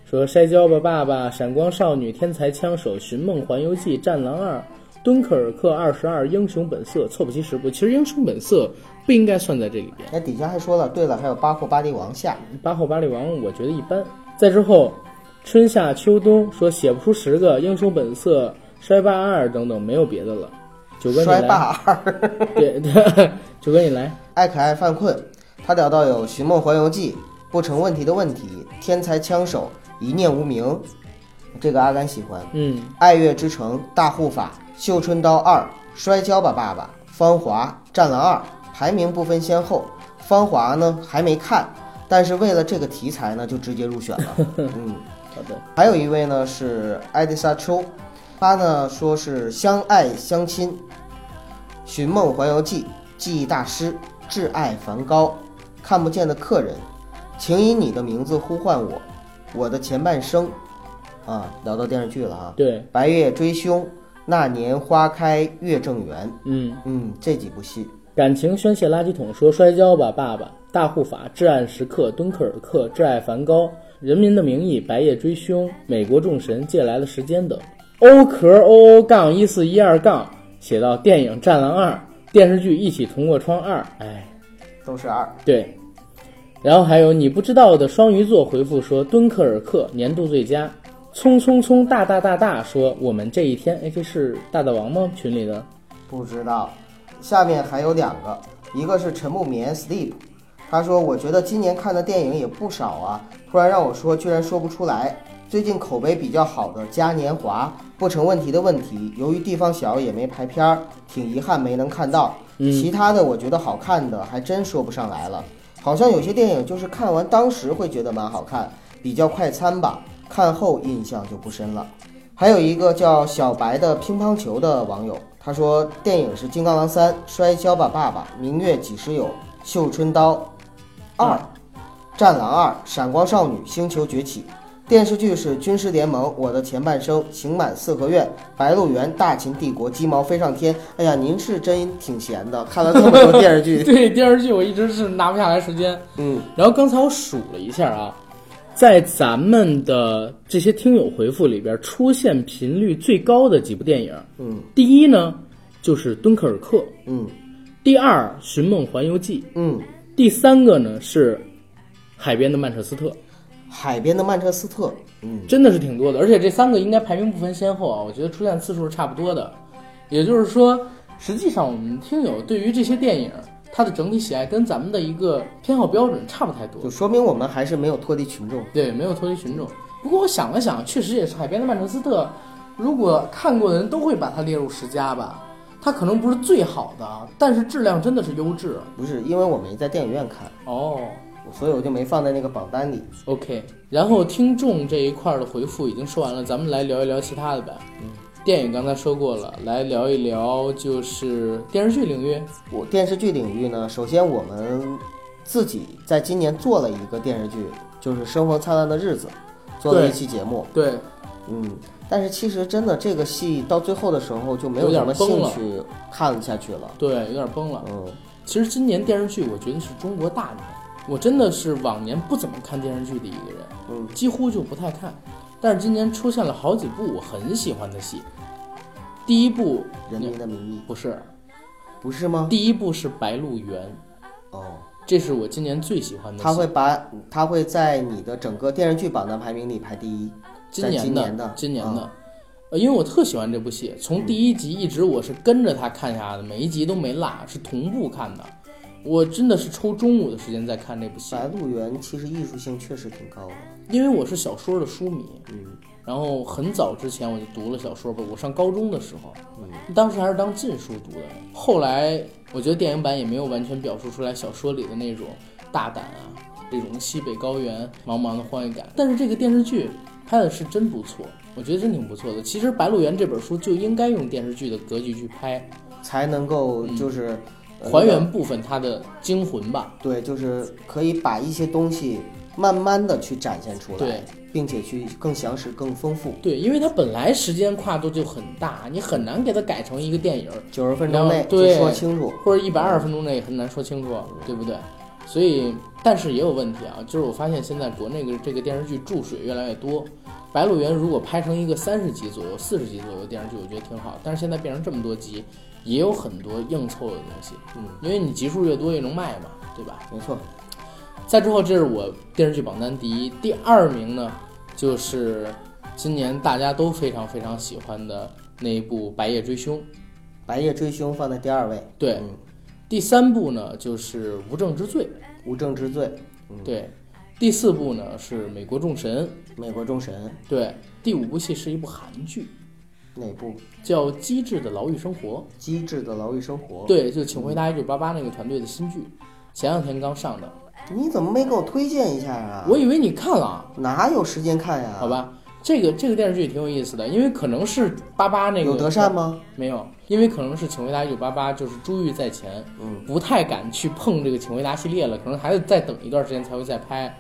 A: 说《摔跤吧，爸爸》《闪光少女》《天才枪手》《寻梦环游记》《战狼二》《敦刻尔克二十二》《英雄本色》《凑不齐十部》。其实《英雄本色》不应该算在这里边。
B: 哎那底下还说了，对了，还有《八霍巴蒂王下》，
A: 八后巴利王我觉得一般。再之后，春夏秋冬说写不出十个，英雄本色、摔霸二等等，没有别的了。九哥你
B: 摔
A: 来，
B: 霸二，
A: 对对，九哥你来，
B: 爱可爱犯困。他聊到有《寻梦环游记》、不成问题的问题、天才枪手、一念无名，这个阿甘喜欢。
A: 嗯，
B: 爱乐之城、大护法、绣春刀二、摔跤吧爸爸、芳华、战狼二，排名不分先后。芳华呢还没看，但是为了这个题材呢，就直接入选了。嗯，
A: 好的，
B: 还有一位呢是艾迪莎秋，她呢说是相爱相亲、寻梦环游记、记忆大师、挚爱梵高、看不见的客人、请以你的名字呼唤我、我的前半生，啊，聊到电视剧了啊，
A: 对，
B: 《白夜追凶》《那年花开月正圆》，
A: 嗯，
B: 嗯，这几部戏，
A: 感情宣泄垃圾桶说摔跤吧，爸爸，大护法，至暗时刻，敦刻尔克，挚爱梵高，人民的名义，白夜追凶，美国众神，借来的时间等。欧壳 O O 杠一四一二杠写到电影《战狼二》，电视剧《一起同过窗二》，哎，
B: 都是二。
A: 对，然后还有你不知道的双鱼座回复说敦刻尔克年度最佳，匆匆匆大大大大说我们这一天，哎这是大大王吗？群里的
B: 不知道。下面还有两个，一个是陈木棉 Sleep，他说我觉得今年看的电影也不少啊，突然让我说居然说不出来。最近口碑比较好的《嘉年华》不成问题的问题，由于地方小也没排片儿，挺遗憾没能看到。其他的我觉得好看的还真说不上来了，好像有些电影就是看完当时会觉得蛮好看，比较快餐吧，看后印象就不深了。还有一个叫小白的乒乓球的网友，他说电影是《金刚狼三》《摔跤吧，爸爸》《明月几时有》《绣春刀二》《战狼二》《闪光少女》《星球崛起》，电视剧是《军师联盟》《我的前半生》《刑满四合院》《白鹿原》《大秦帝国》《鸡毛飞上天》。哎呀，您是真挺闲的，看了这么多电 视剧。
A: 对电视剧我一直是拿不下来时间，
B: 嗯，
A: 然后刚才我数了一下啊，在咱们的这些听友回复里边出现频率最高的几部电影，
B: 嗯，
A: 第一呢就是《敦刻尔克》，
B: 嗯
A: 第二《寻梦环游记》，
B: 嗯，
A: 第三个呢是《海边的曼彻斯特》，
B: 海边的曼彻斯特，嗯
A: 真的是挺多的，而且这三个应该排名不分先后啊，我觉得出现次数是差不多的。也就是说，实际上我们听友对于这些电影，它的整体喜爱跟咱们的一个偏好标准差不太多
B: 就，说明我们还是没有脱离群众。
A: 对，没有脱离群众。不过我想了想，确实也是《海边的曼彻斯特》，如果看过的人都会把它列入十佳吧。它可能不是最好的啊，但是质量真的是优质
B: 不是，因为我没在电影院看，
A: 哦。
B: 所以我就没放在那个榜单里。
A: OK，然后听众这一块儿的回复已经说完了，咱们来聊一聊其他的呗。嗯，电影刚才说过了，来聊一聊就是电视剧领域。
B: 我电视剧领域呢，首先我们自己在今年做了一个电视剧，就是《生活灿烂的日子》，做了
A: 对
B: 一期节目。
A: 对，
B: 嗯，但是其实真的这个戏到最后的时候就没有
A: 有点
B: 什么
A: 崩
B: 兴
A: 了
B: 趣看下去了。
A: 对，有点崩了。
B: 嗯，
A: 其实今年电视剧，我觉得是中国大年，我真的是往年不怎么看电视剧的一个人，
B: 嗯，
A: 几乎就不太看。但是今年出现了好几部我很喜欢的戏，第一部
B: 《人民的名义
A: 不是，》
B: 不是吗？
A: 第一部是《白鹿原》，
B: 哦，
A: 这是我今年最喜欢的戏。
B: 他会把他会在你的整个电视剧榜单排名里排第一。
A: 今年
B: 在
A: 的，
B: 今年的嗯
A: 今年的呃，因为我特喜欢这部戏，从第一集一直我是跟着他看下来的，每一集都没落，是同步看的。我真的是抽中午的时间在看这部
B: 《
A: 戏，
B: 白鹿原》其实艺术性确实挺高的。
A: 因为我是小说的书迷，
B: 嗯
A: 然后很早之前我就读了小说吧，我上高中的时候，
B: 嗯，
A: 当时还是当禁书读的。后来我觉得电影版也没有完全表述出来小说里的那种大胆啊，这种西北高原茫茫的荒野感。但是这个电视剧拍的是真不错，我觉得真挺不错的。其实《白鹿原》这本书就应该用电视剧的格局去拍，
B: 才能够就是、呃
A: 嗯还原部分它的精魂吧。
B: 对，就是可以把一些东西慢慢的去展现出来
A: 对，
B: 并且去更详实、更丰富。
A: 对，因为它本来时间跨度就很大，你很难给它改成一个电影儿。
B: 九十分钟内
A: 然后
B: 就
A: 对
B: 说清楚。
A: 或者一百二十分钟内也很难说清楚，对不对？所以，但是也有问题啊，就是我发现现在国内的这个电视剧注水越来越多，《白鹿原》如果拍成一个三十集左右、四十集左右的电视剧，我觉得挺好。但是现在变成这么多集，也有很多硬凑的东西，
B: 嗯，
A: 因为你集数越多越能卖嘛，对吧？
B: 没错，
A: 再之后，这是我电视剧榜单第一，第二名呢，就是今年大家都非常非常喜欢的那一部《白夜追凶》。
B: 《白夜追凶》放在第二位，
A: 对，
B: 嗯
A: 第三部呢就是《无证之罪》。
B: 无证之罪》，
A: 对，第四部呢是《美国众神》，
B: 美国众神
A: 对，第五部戏是一部韩剧，
B: 哪部？《
A: 叫《机智的牢狱生活
B: 机智的牢狱生活》，》。
A: 对，就《请回答一九八八》那个团队的新剧，前两天刚上的，
B: 你怎么没给我推荐一下啊？
A: 我以为你看了，啊
B: 哪有时间看呀？
A: 好，吧。这个这个电视剧挺有意思的，因为可能是八八那个
B: 有德善吗？
A: 没有，因为可能是《请回答一九八八》就是珠玉在前，
B: 嗯，
A: 不太敢去碰这个《请回答》系列了，可能还得再等一段时间才会再拍，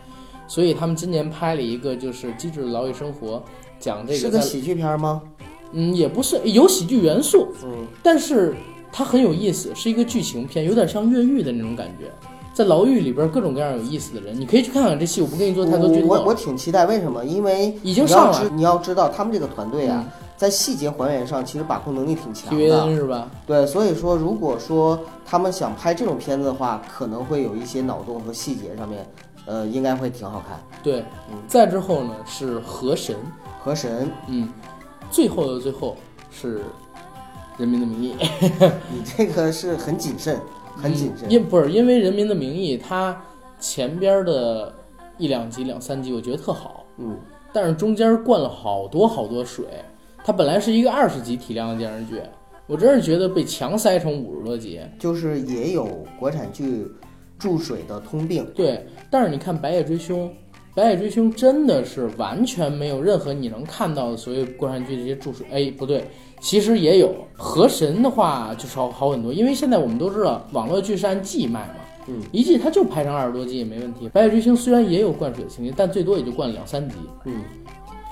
A: 所以他们今年拍了一个就是《机智的牢狱生活》，讲这个
B: 是个
A: 在
B: 喜剧片吗？
A: 嗯，也不是有喜剧元素，
B: 嗯，
A: 但是它很有意思，是一个剧情片，有点像越狱的那种感觉。在牢狱里边各种各样有意思的人，你可以去看看这戏，我不跟你做太多剧
B: 我我
A: 透了。
B: 我挺期待，为什么？因为
A: 已经上
B: 你要
A: 了嗯
B: 知你要知道，他们这个团队啊，在细节还原上其实把控能力挺强
A: T V N
B: 的。
A: 是吧？
B: 对，所以说，如果说他们想拍这种片子的话，可能会有一些脑洞和细节上面，呃，应该会挺好看。
A: 对。再之后呢是河神，
B: 河神，
A: 嗯，最后的最后是《人民的 名义》
B: 你这个是很谨慎，很谨慎。
A: 因不是因为《人民的名义》，它前边的一两集、两三集我觉得特好，
B: 嗯，
A: 但是中间灌了好多好多水。它本来是一个二十集体量的电视剧，我真是觉得被强塞成五十多集。
B: 就是也有国产剧注水的通病。
A: 对，但是你看《白夜追凶》，《白夜追凶》真的是完全没有任何你能看到的所谓国产剧这些注水。哎，不对，其实也有。河神的话就是好好很多，因为现在我们都知道网络剧是按季卖嘛。
B: 嗯，
A: 一季它就拍成二十多集也没问题。《白夜追凶》虽然也有灌水的情节，但最多也就灌两三集。
B: 嗯，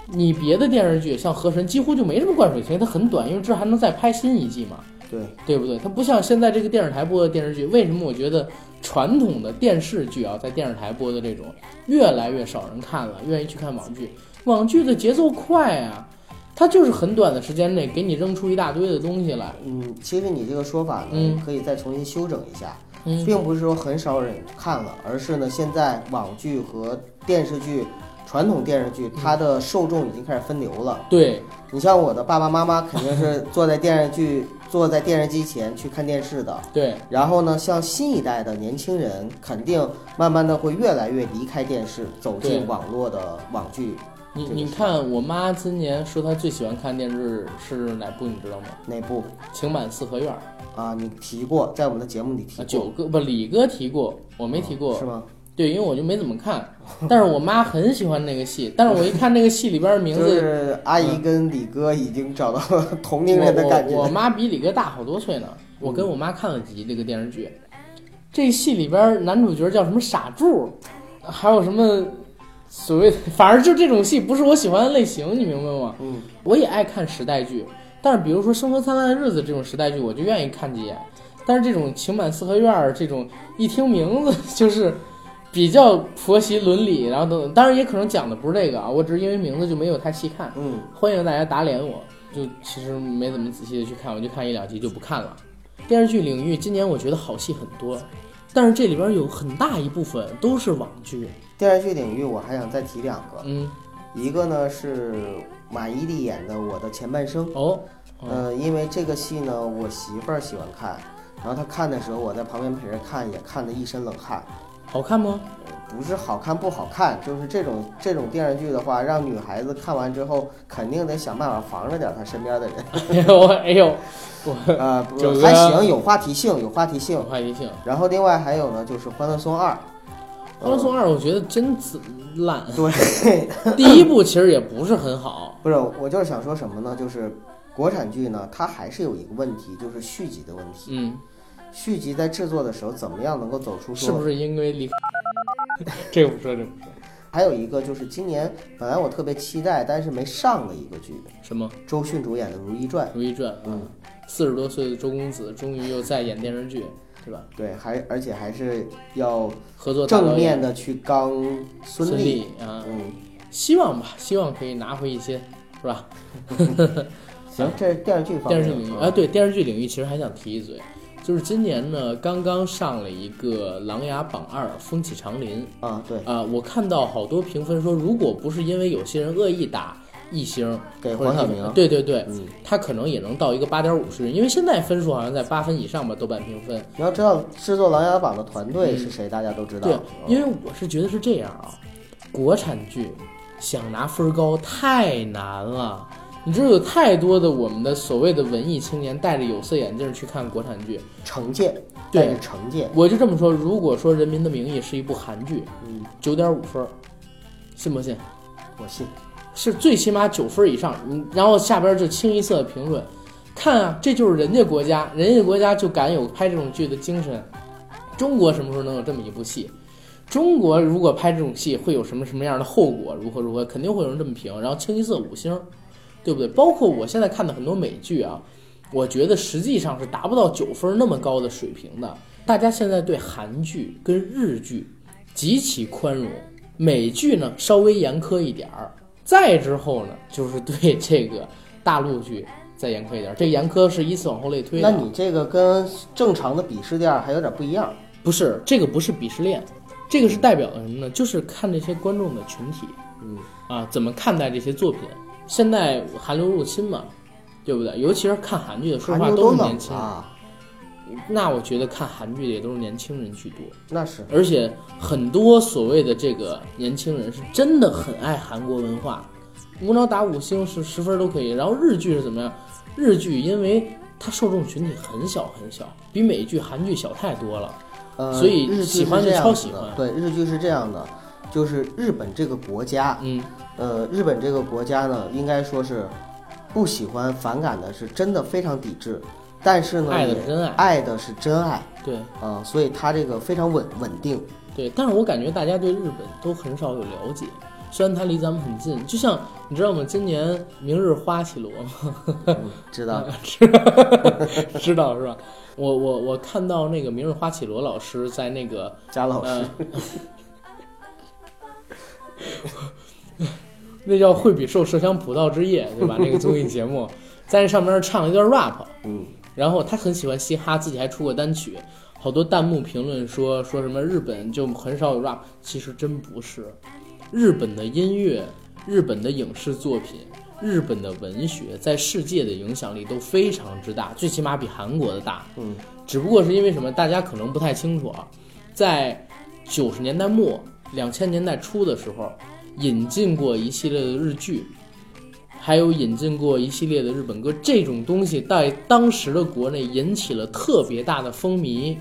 A: 你别的电视剧像《河神》几乎就没什么灌水情，它很短，因为这还能再拍新一季嘛，
B: 对，
A: 对不对？它不像现在这个电视台播的电视剧，为什么我觉得传统的电视剧啊，在电视台播的这种，越来越少人看了，愿意去看网剧。网剧的节奏快啊，它就是很短的时间内给你扔出一大堆的东西来。
B: 嗯，其实你这个说法呢，
A: 嗯
B: 可以再重新修整一下，
A: 嗯
B: 并不是说很少人看了，而是呢，现在网剧和电视剧、传统电视
A: 嗯
B: 剧，它的受众已经开始分流了。
A: 对，
B: 你像我的爸爸妈妈肯定是坐在电视剧、坐在电视机前去看电视的。
A: 对，
B: 然后呢，像新一代的年轻人，肯定慢慢的会越来越离开电视，走
A: 对
B: 进网络的网剧
A: 你
B: 这个
A: 你
B: 是
A: 看，我妈今年说她最喜欢看电视是哪部，你知道吗？
B: 内部
A: 情满四合院儿，
B: 啊。你提过，在我们的节目里提
A: 啊，
B: 过，
A: 九哥不，李哥提过，我没提过
B: 是。吗？
A: 对，因为我就没怎么看，但是我妈很喜欢那个戏，但是我一看那个戏里边的名
B: 就
A: 字，嗯
B: 是阿姨跟李哥已经找到了同龄人的
A: 我
B: 感
A: 我
B: 觉
A: 我。妈比李哥大好多岁呢，我跟我妈看了几集这个电视剧，这戏里边男主角叫什么傻柱，还有什么所谓的，反正就这种戏不是我喜欢的类型，你明白吗？
B: 嗯，
A: 我也爱看时代剧，但是比如说《生活灿烂的日子》这种时代剧，我就愿意看几眼。但是这种情满四合院儿这种，一听名字就是比较婆媳伦理，然后等等，当然也可能讲的不是这个啊，我只是因为名字就没有太细看。
B: 嗯，
A: 欢迎大家打脸我，就其实没怎么仔细的去看，我就看一两集就不看了。电视剧领域今年我觉得好戏很多，但是这里边有很大一部分都是网剧。
B: 电视剧领域我还想再提两个，
A: 嗯，
B: 一个呢是马伊琍演的《我的前半生》，
A: 哦，哦
B: 嗯、因为这个戏呢我媳妇儿喜欢看，然后她看的时候我在旁边陪着看，也看得一身冷汗。
A: 好看吗？
B: 不是好看不好看，就是这种这种电视剧的话，让女孩子看完之后，肯定得想办法防着点她身边的人
A: 哎呦，哎呦，
B: 啊、
A: 九
B: 不
A: 哥
B: 还行，有话题性，有话题
A: 有
B: 性。
A: 话题性。
B: 然后另外还有呢，就是《欢乐颂二》，嗯
A: 《欢乐颂二》我觉得真子烂，
B: 呃对，
A: 第一部其实也不是很 好。
B: 不是，我就是想说什么呢？就是国产剧呢，它还是有一个问题，就是续集的问题。
A: 嗯，
B: 续集在制作的时候，怎么样能够走出说？
A: 是不是因为离？这个不说，这个不说。
B: 还有一个就是今年本来我特别期待，但是没上的一个剧，
A: 什么
B: 周迅主演的《如懿传
A: 《如懿传》？
B: 嗯，
A: 四十多岁的周公子终于又在演电视剧，是吧？》。
B: 对，还而且还是要
A: 合作大
B: 正
A: 导演
B: 面的去刚孙
A: 孙
B: 俪，
A: 俪啊，
B: 嗯，
A: 希望吧，希望可以拿回一些，是吧？
B: 行，这是电视剧方面
A: 电视剧领域，
B: 啊
A: 哎，对，电视剧领域其实还想提一嘴，就是今年呢刚刚上了一个《琅琊榜二：风起长林》
B: 啊，对，
A: 啊、我看到好多评分说，如果不是因为有些人恶意打一星，
B: 给
A: 或者
B: 黄晓
A: 一分
B: 明，
A: 对对对，
B: 嗯，
A: 他可能也能到一个八点五十，因为现在分数好像在八分以上吧，豆瓣评分。
B: 你要知道制作《琅琊榜》的团队是谁，大家都知道
A: 嗯
B: 哦嗯
A: 对，，因
B: 为
A: 为我是觉得是这样啊，国产剧想拿分高太难了。你知道有太多的我们的所谓的文艺青年戴着有色眼镜去看国产剧，
B: 惩戒，
A: 对
B: 带着惩戒，
A: 我就这么说，如果说《人民的名义》是一部韩剧，
B: 嗯，
A: 九点五分儿，信不信？
B: 我信，
A: 是最起码九分以上，嗯然后下边就清一色的评论，看啊，这就是人家国家，人家国家就敢有拍这种剧的精神。中国什么时候能有这么一部戏？中国如果拍这种戏会有什么什么样的后果？如何如何？肯定会有人这么评，然后清一色五星，对不对？包括我现在看的很多美剧啊，我觉得实际上是达不到九分那么高的水平的。大家现在对韩剧跟日剧极其宽容，美剧呢稍微严苛一点儿。再之后呢，就是对这个大陆剧再严苛一点儿。这个严苛是依次往后类推的
B: 那
A: 啊。
B: 你这个跟正常的鄙视链还有点不一样，
A: 不是，这个不是鄙视链，这个是代表了什么呢？就是看这些观众的群体，
B: 嗯，
A: 啊，怎么看待这些作品？现在韩流入侵嘛，对不对？尤其是看韩剧的，说
B: 韩
A: 实话
B: 流
A: 都是
B: 冷啊
A: 年轻人。
B: 了，
A: 那我觉得看韩剧的也都是年轻人居多，
B: 那是，
A: 而且很多所谓的这个年轻人是真的很爱韩国文化，无脑打五星是十分都可以。然后日剧是怎么样？日剧因为它受众群体很小很小，比美剧、韩剧小太多了。
B: 呃，
A: 所以
B: 日剧
A: 喜欢
B: 是
A: 就
B: 这样
A: 超
B: 子
A: 喜
B: 的
A: 欢
B: 对，日剧是这样的，就是日本这个国家，
A: 嗯，
B: 呃，日本这个国家呢，应该说是不喜欢、反感的，是真的非常抵制。但是呢，
A: 爱的
B: 也
A: 是真爱
B: 爱的是真爱
A: 对。
B: 啊、所以它这个非常稳稳 定。
A: 对，但是我感觉大家对日本都很少有了解，虽然它离咱们很近，就像你知道吗？今年 《明日花绮罗》吗？
B: 嗯知道？
A: 知道是吧？我我我看到那个明日花绮罗老师在那个
B: 贾老师
A: 呃，那叫《惠比寿麝香葡萄之夜》，对吧？那个综艺节目，在那上面唱了一段 rap，
B: 嗯，
A: 然后他很喜欢嘻哈，自己还出过单曲，好多弹幕评论说说什么日本就很少有 rap，其实真不是，日本的音乐、日本的影视作品、日本的文学在世界的影响力都非常之大，最起码比韩国的大，
B: 嗯，
A: 只不过是因为什么，大家可能不太清楚啊，在九十年代末、两千年代初的时候，引进过一系列的日剧，还有引进过一系列的日本歌，这种东西在当时的国内引起了特别大的风靡，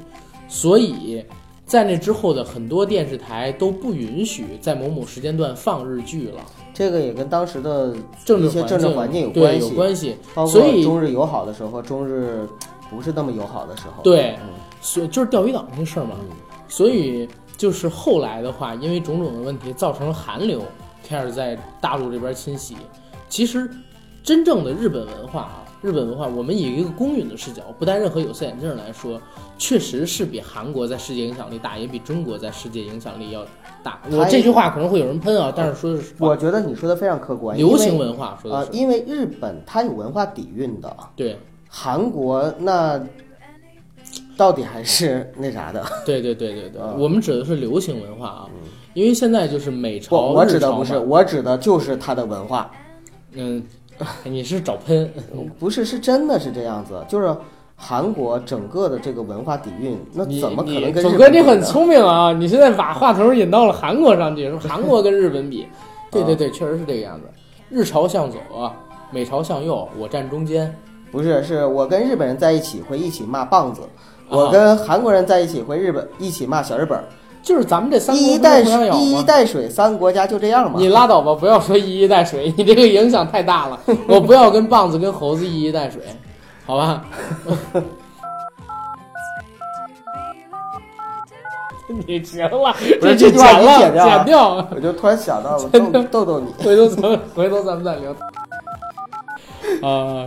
A: 所以在那之后的很多电视台都不允许在某某时间段放日剧了，
B: 这个也跟当时的
A: 政治
B: 一些
A: 环
B: 政治
A: 境
B: 环境有
A: 对
B: 关
A: 有
B: 系，
A: 关系，
B: 包
A: 所
B: 括
A: 以
B: 中日友好的时候和中日不是那么友好的时候，
A: 对
B: 嗯，
A: 所以就是钓鱼岛那个事儿嘛，所以就是后来的话，因为种种的问题，造成了韩流开始在大陆这边侵袭。其实，真正的日本文化啊，日本文化，我们以一个公允的视角，不戴任何有色眼镜来说，确实是比韩国在世界影响力大，也比中国在世界影响力要大。我
B: 啊还
A: 这句话可能会有人喷啊，但是说的是
B: 我觉得你说的非常客观，
A: 流行
B: 因为
A: 文化说
B: 啊、
A: 的是
B: 因为日本它有文化底蕴的，
A: 对，
B: 韩国那到底还是那啥的，
A: 对对对对对
B: 啊，
A: 我们指的是流行文化啊，因为现在就是美
B: 不，
A: 朝、
B: 我
A: 日
B: 指的
A: 朝
B: 不
A: 嘛
B: 是，我指的就是它的文化，
A: 嗯， 你是找喷？
B: 不是是真的是这样子，就是韩国整个的这个文化底蕴，那
A: 你
B: 怎么可能
A: 你
B: 跟
A: 九
B: 日
A: 哥，
B: 本比
A: 你
B: 呢
A: 很聪明啊！你现在把话头引到了韩国上去，说韩国跟日本 比，对
B: 啊
A: 对对，确实是这个样子。日朝向左，美朝向右，我站中间。
B: 不是，是我跟日本人在一起会一起骂棒子，我
A: 啊
B: 跟韩国人在一起会日本一起骂小日本，
A: 就是咱们这三国
B: 一衣
A: 不是
B: 带
A: 互相
B: 水，
A: 咬
B: 一衣
A: 吗？
B: 带水，三国家就这样嘛。
A: 你拉倒吧，不要说一衣带水，你这个影响太大 了。我不要跟棒子跟猴子一衣带水，好吧？ 你行了，
B: 不是
A: 就
B: 这句话
A: 剪
B: 你
A: 了，
B: 剪掉啊
A: 剪掉。
B: 我就突然想到，我逗逗逗你，
A: 回头咱们回头咱们再聊。啊、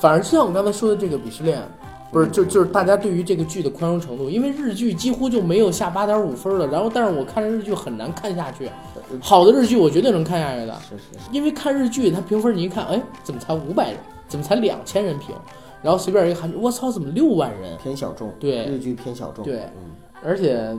A: 反正就像我刚才说的这个鄙视链，不是就就是大家对于这个剧的宽容程度，因为日剧几乎就没有下八点五分的，然后但是我看着日剧很难看下去，好的日剧我绝对能看下去的，
B: 是是是，
A: 因为看日剧它评分你一看，哎，怎么才五百人，怎么才两千人评，然后随便一个韩剧，我操，怎么六万人？
B: 偏小众，
A: 对
B: 日剧偏小众，
A: 对
B: 嗯，
A: 而且，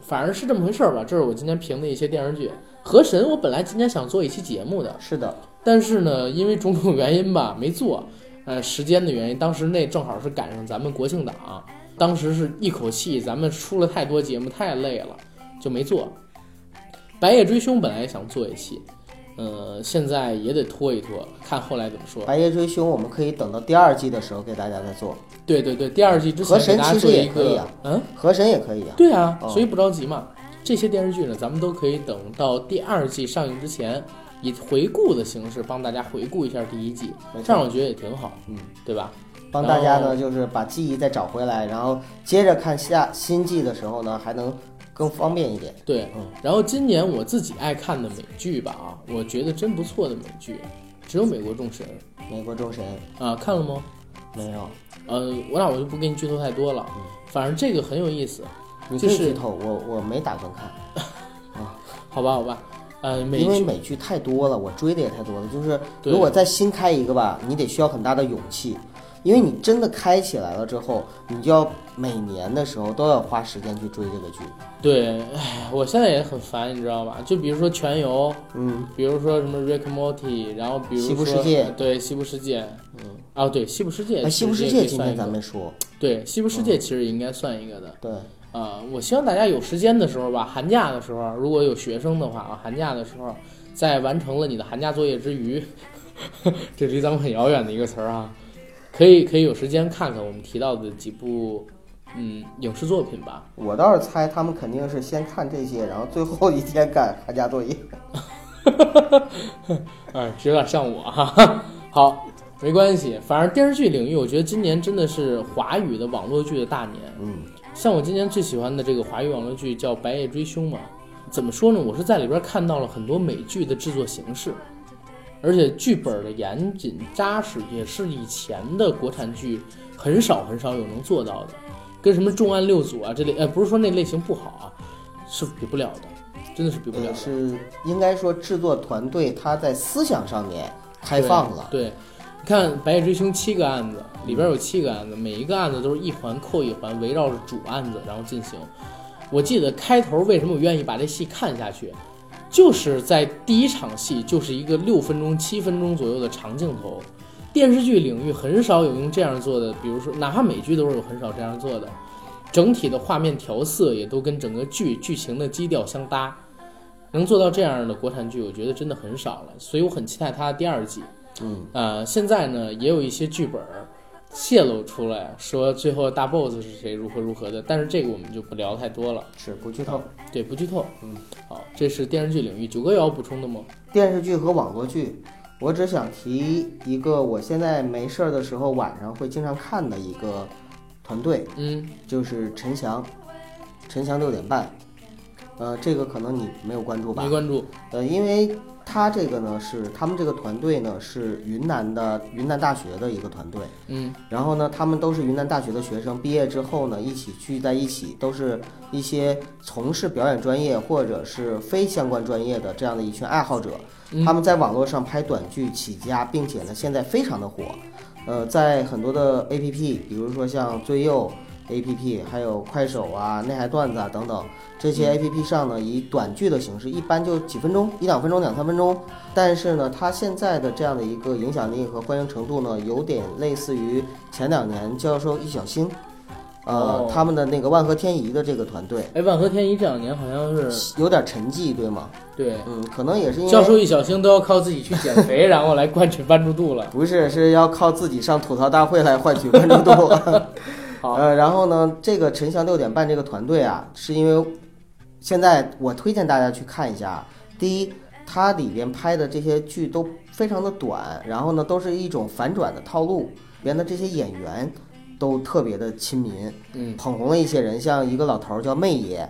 A: 反正是这么回事儿吧。这是我今天评的一些电视剧。河神，我本来今天想做一期节目的，
B: 是的，
A: 但是呢，因为种种原因吧， 没做。呃，时间的原因，当时那正好是赶上咱们国庆档，当时是一口气，咱们出了太多节目，太累了，就没做。白夜追凶本来也想做一期，呃，现在也得拖一拖，看后来怎么说。
B: 《白夜追凶》我们可以等到第二季的时候给大家再做，
A: 对对对，第二季之前
B: 河神
A: 给大家
B: 其实
A: 做
B: 也
A: 一
B: 可以
A: 个，
B: 啊
A: 嗯，
B: 河神也可以啊。
A: 对啊，
B: 哦
A: 所以不着急嘛。这些电视剧呢，咱们都可以等到第二季上映之前，以回顾的形式帮大家回顾一下第一季
B: 没，错
A: 这样我觉得也挺好，
B: 嗯，
A: 对吧？
B: 帮大家
A: 然后
B: 呢，就是把记忆再找回来，然后接着看下新季的时候呢，还能更方便一点。
A: 对
B: 嗯，
A: 然后今年我自己爱看的美剧吧啊，我觉得真不错的美剧，只有《美国众神
B: 美国众神》
A: 啊，看了吗？
B: 没有，
A: 呃，我那我就不给你剧透太多
B: 嗯
A: 了，反正这个很有意思，
B: 你可
A: 就
B: 以
A: 是
B: 剧透，我我没打算看，
A: 好吧好吧，呃，美
B: 因为
A: 剧
B: 美剧太多了，我追的也太多了。就是
A: 对
B: 如果再新开一个吧，你得需要很大的勇气，因为你真的开起来了之后，你就要每年的时候都要花时间去追这个剧。
A: 对，哎，我现在也很烦，你知道吧？就比如说《全游》，
B: 嗯，
A: 比如说什么 Rick and Morty，然后比如说
B: 西部世界
A: 对西部世界，嗯，啊对西部世界
B: 哎，
A: 其实也可以算一个，
B: 西部世界今天咱嗯没说，
A: 对西部世界其实也应该算一个的。
B: 对，
A: 啊，我希望大家有时间的时候吧，寒假的时候，如果有学生的话啊，寒假的时候，在完成了你的寒假作业之余， 这离咱们很遥远的一个词儿啊，可以可以有时间看看我们提到的几部嗯影视作品吧。
B: 我倒是猜他们肯定是先看这些，然后最后一天赶寒假作业。
A: 哎，有点像我哈。好，没关系，反正电视剧领域，我觉得今年真的是华语的网络剧的大年。
B: 嗯，
A: 像我今年最喜欢的这个华语网络剧叫《白夜追凶》嘛，怎么说呢？我是在里边看到了很多美剧的制作形式，而且剧本的严谨扎实也是以前的国产剧很少很少有能做到的，跟什么《重案六组》啊这类，呃，不是说那类型不好啊，是比不了的，真的是比不了
B: 也
A: 的。
B: 是应该说制作团队他在思想上面开放了，
A: 对，你看《白夜追凶》七个案子，里边有七个案子，每一个案子都是一环扣一环，围绕着主案子然后进行。我记得开头为什么我愿意把这戏看下去，就是在第一场戏就是一个六分钟、七分钟左右的长镜头。电视剧领域很少有用这样做的，比如说哪怕美剧都是有很少这样做的。整体的画面调色也都跟整个剧剧情的基调相搭，能做到这样的国产剧，我觉得真的很少了。所以我很期待它的第二季。
B: 嗯，
A: 呃，现在呢也有一些剧本儿泄露出来，说最后大 boss 是谁，如何如何的，但是这个我们就不聊太多了，
B: 是不剧透。
A: 对，不剧透。
B: 嗯，
A: 好，这是电视剧领域。九哥有要补充的吗？
B: 电视剧和网络剧，我只想提一个我现在没事儿的时候晚上会经常看的一个团队，
A: 嗯，
B: 就是陈翔，陈翔六点半。呃，这个可能你没有关注吧
A: 没？关注。
B: 呃，因为他这个呢是他们这个团队呢是云南的云南大学的一个团队，
A: 嗯
B: 然后呢，他们都是云南大学的学生，毕业之后呢，一起聚在一起，都是一些从事表演专业或者是非相关专业的这样的一群爱好者。
A: 嗯
B: 他们在网络上拍短剧起家，并且呢，现在非常的火。呃，在很多的 APP，比如说像最右 APP，还有快手啊、内涵段子啊等等这
A: 嗯
B: 些 APP 上呢，以短剧的形式，一般就几分钟、一两分钟、两三分钟。但是呢，它现在的这样的一个影响力和欢迎程度呢，有点类似于前两年教授易小星，呃，
A: 哦
B: 他们的那个万和天宜的这个团队，
A: 哎，万和天宜这两年好像是
B: 有点沉寂，对吗？
A: 对
B: 嗯，可能也是因为
A: 教授易小星都要靠自己去减肥， 然后来换取关注度了。
B: 不是，是要靠自己上吐槽大会来换取关注 度。
A: 好
B: 呃，然后呢，这个陈翔六点半这个团队啊，是因为现在我推荐大家去看一下啊。第一，它里边拍的这些剧都非常的短，然后呢，都是一种反转的套路，里边的这些演员都特别的亲民，
A: 嗯，
B: 捧红了一些人，像一个老头儿叫妹爷，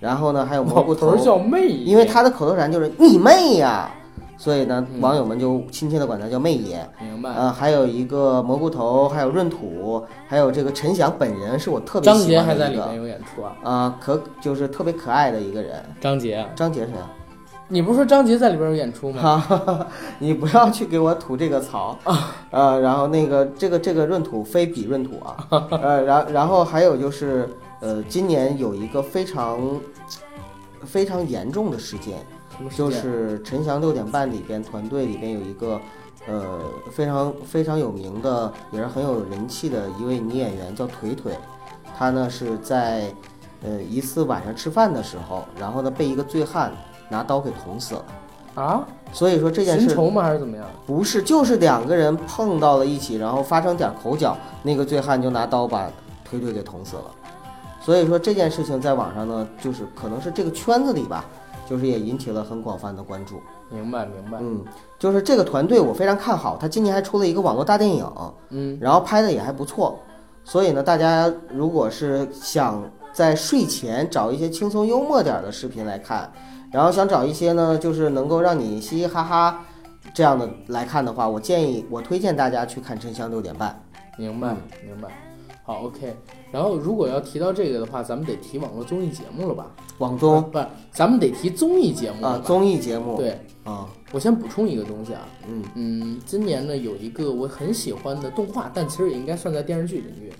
B: 然后呢，还有蘑
A: 老
B: 菇
A: 头儿叫妹，
B: 因为他的口头禅就是“你妹呀”，所以呢，
A: 嗯
B: 网友们就亲切的管他叫妹爷。
A: 明白。
B: 呃，还有一个蘑菇头，还有闰土，还有这个陈翔本人是我特别
A: 张
B: 喜
A: 杰
B: 欢
A: 还
B: 的
A: 在
B: 一
A: 里
B: 个
A: 面有演出啊。
B: 啊、可就是特别可爱的一个人。
A: 张杰啊，
B: 张杰谁啊？
A: 你不是说张杰在里边有演出 吗？
B: 哈哈哈， 你不要去给我吐这个槽啊！呃，然后那个这个这个闰土非比闰土 啊，呃，然然后还有就是呃，今年有一个非常非常严重的事件，
A: 什么事
B: 就
A: 件
B: 是《陈翔六点半》里边团队里边有一个，呃，非常非常有名的，也是很有人气的一位女演员叫腿腿，她呢是在，呃，一次晚上吃饭的时候，然后呢被一个醉汉拿刀给捅死了。
A: 啊，
B: 所以说这件
A: 寻
B: 事
A: 仇吗？还是怎么样？
B: 不是，就是两个人碰到了一起，然后发生点口角，那个醉汉就拿刀把腿腿给捅死了。所以说这件事情在网上呢，就是可能是这个圈子里吧，就是也引起了很广泛的关注。
A: 明白，明白。
B: 嗯，就是这个团队我非常看好，他今年还出了一个网络大电影，
A: 嗯，
B: 然后拍的也还不错，所以呢，大家如果是想在睡前找一些轻松幽默点儿的视频来看，然后想找一些呢，就是能够让你嘻嘻哈哈这样的来看的话，我建议我推荐大家去看《真相六点半
A: 明白，明白。好，OK。然后如果要提到这个的话，咱们得提网络综艺节目了吧？》，
B: 网综
A: 不是，咱们得提综艺节目了
B: 啊
A: 吧
B: 综艺节目
A: 嗯对，
B: 啊，
A: 我先补充一个东西啊，
B: 嗯
A: 嗯，今年呢有一个我很喜欢的动画，但其实也应该算在电视剧领域，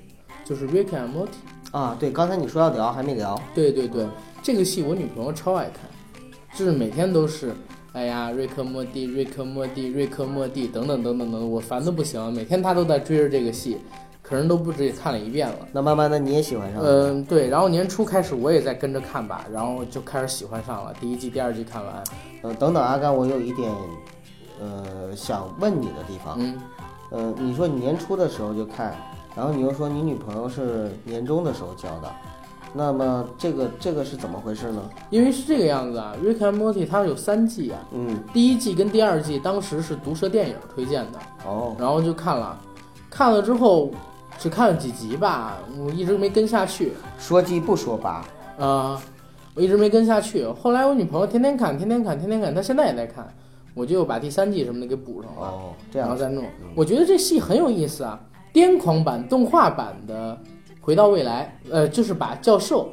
A: 就是《Rick and Morty》。
B: 啊，对，刚才你说要聊还没聊，
A: 对对对，这个戏我女朋友超爱看，就是每天都是，哎呀，瑞克莫蒂，瑞克莫蒂，瑞克莫蒂，等等等等等等，我烦的不行，每天她都在追着这个戏，可能都不止也看了一遍了。
B: 那慢慢的你也喜欢上了，
A: 嗯，对，然后年初开始我也在跟着看吧，然后就开始喜欢上了，第一季、第二季看完，
B: 呃，等等，阿甘，我有一点呃想问你的地方。
A: 嗯，
B: 呃，你说你年初的时候就看，然后你又说你女朋友是年终的时候交的，那么这个这个是怎么回事呢？
A: 因为是这个样子啊，《Rick and Morty》它有三季啊，
B: 嗯，
A: 第一季跟第二季当时是毒舌电影推荐的，
B: 哦，
A: 然后就看了，看了之后只看了几集吧，我一直没跟下去，呃
B: 说鸡不说八，
A: 啊，我一直没跟下去。后来我女朋友天天看，天天看，天天看，她现在也在看。我就又把第三季什么的给补上了，
B: 哦，这
A: 然后
B: 样
A: 再弄。我觉得这戏很有意思啊，癫狂版、动画版的《回到未来》，呃，就是把教授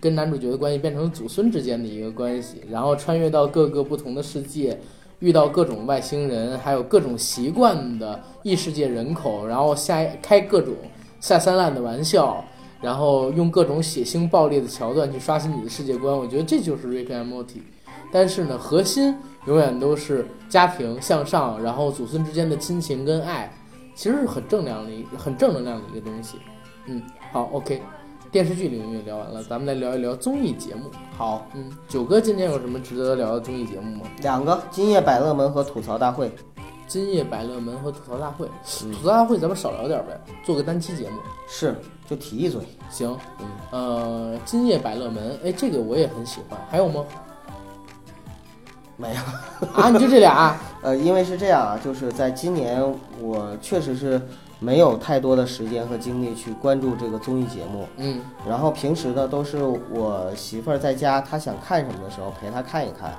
A: 跟男主角的关系变成祖孙之间的一个关系，然后穿越到各个不同的世界。遇到各种外星人，还有各种习惯的异世界人口，然后下开各种下三滥的玩笑，然后用各种血腥暴力的桥段去刷新你的世界观。我觉得这就是 Rick and Morty。但是呢，核心永远都是家庭向上，然后祖孙之间的亲情跟爱，其实是很正量的一很正能量的一个东西。嗯，好，OK，电视剧领域聊完了，咱们来聊一聊综艺节目。
B: 好，
A: 嗯，九哥今天有什么值得聊的综艺节目吗？
B: 两个《今夜百乐门》和《吐槽大会》。
A: 今夜百乐门和吐槽大会，
B: 嗯
A: 吐槽大会咱们少聊点呗，做个单期节目。
B: 是，就提一嘴。
A: 行，
B: 嗯
A: 呃，今夜百乐门，哎，这个我也很喜欢。还有吗？
B: 没有，
A: 啊，你就这俩啊？
B: 呃，因为是这样啊，就是在今年我确实是没有太多的时间和精力去关注这个综艺节目，
A: 嗯
B: 然后平时呢都是我媳妇儿在家，她想看什么的时候陪她看一看，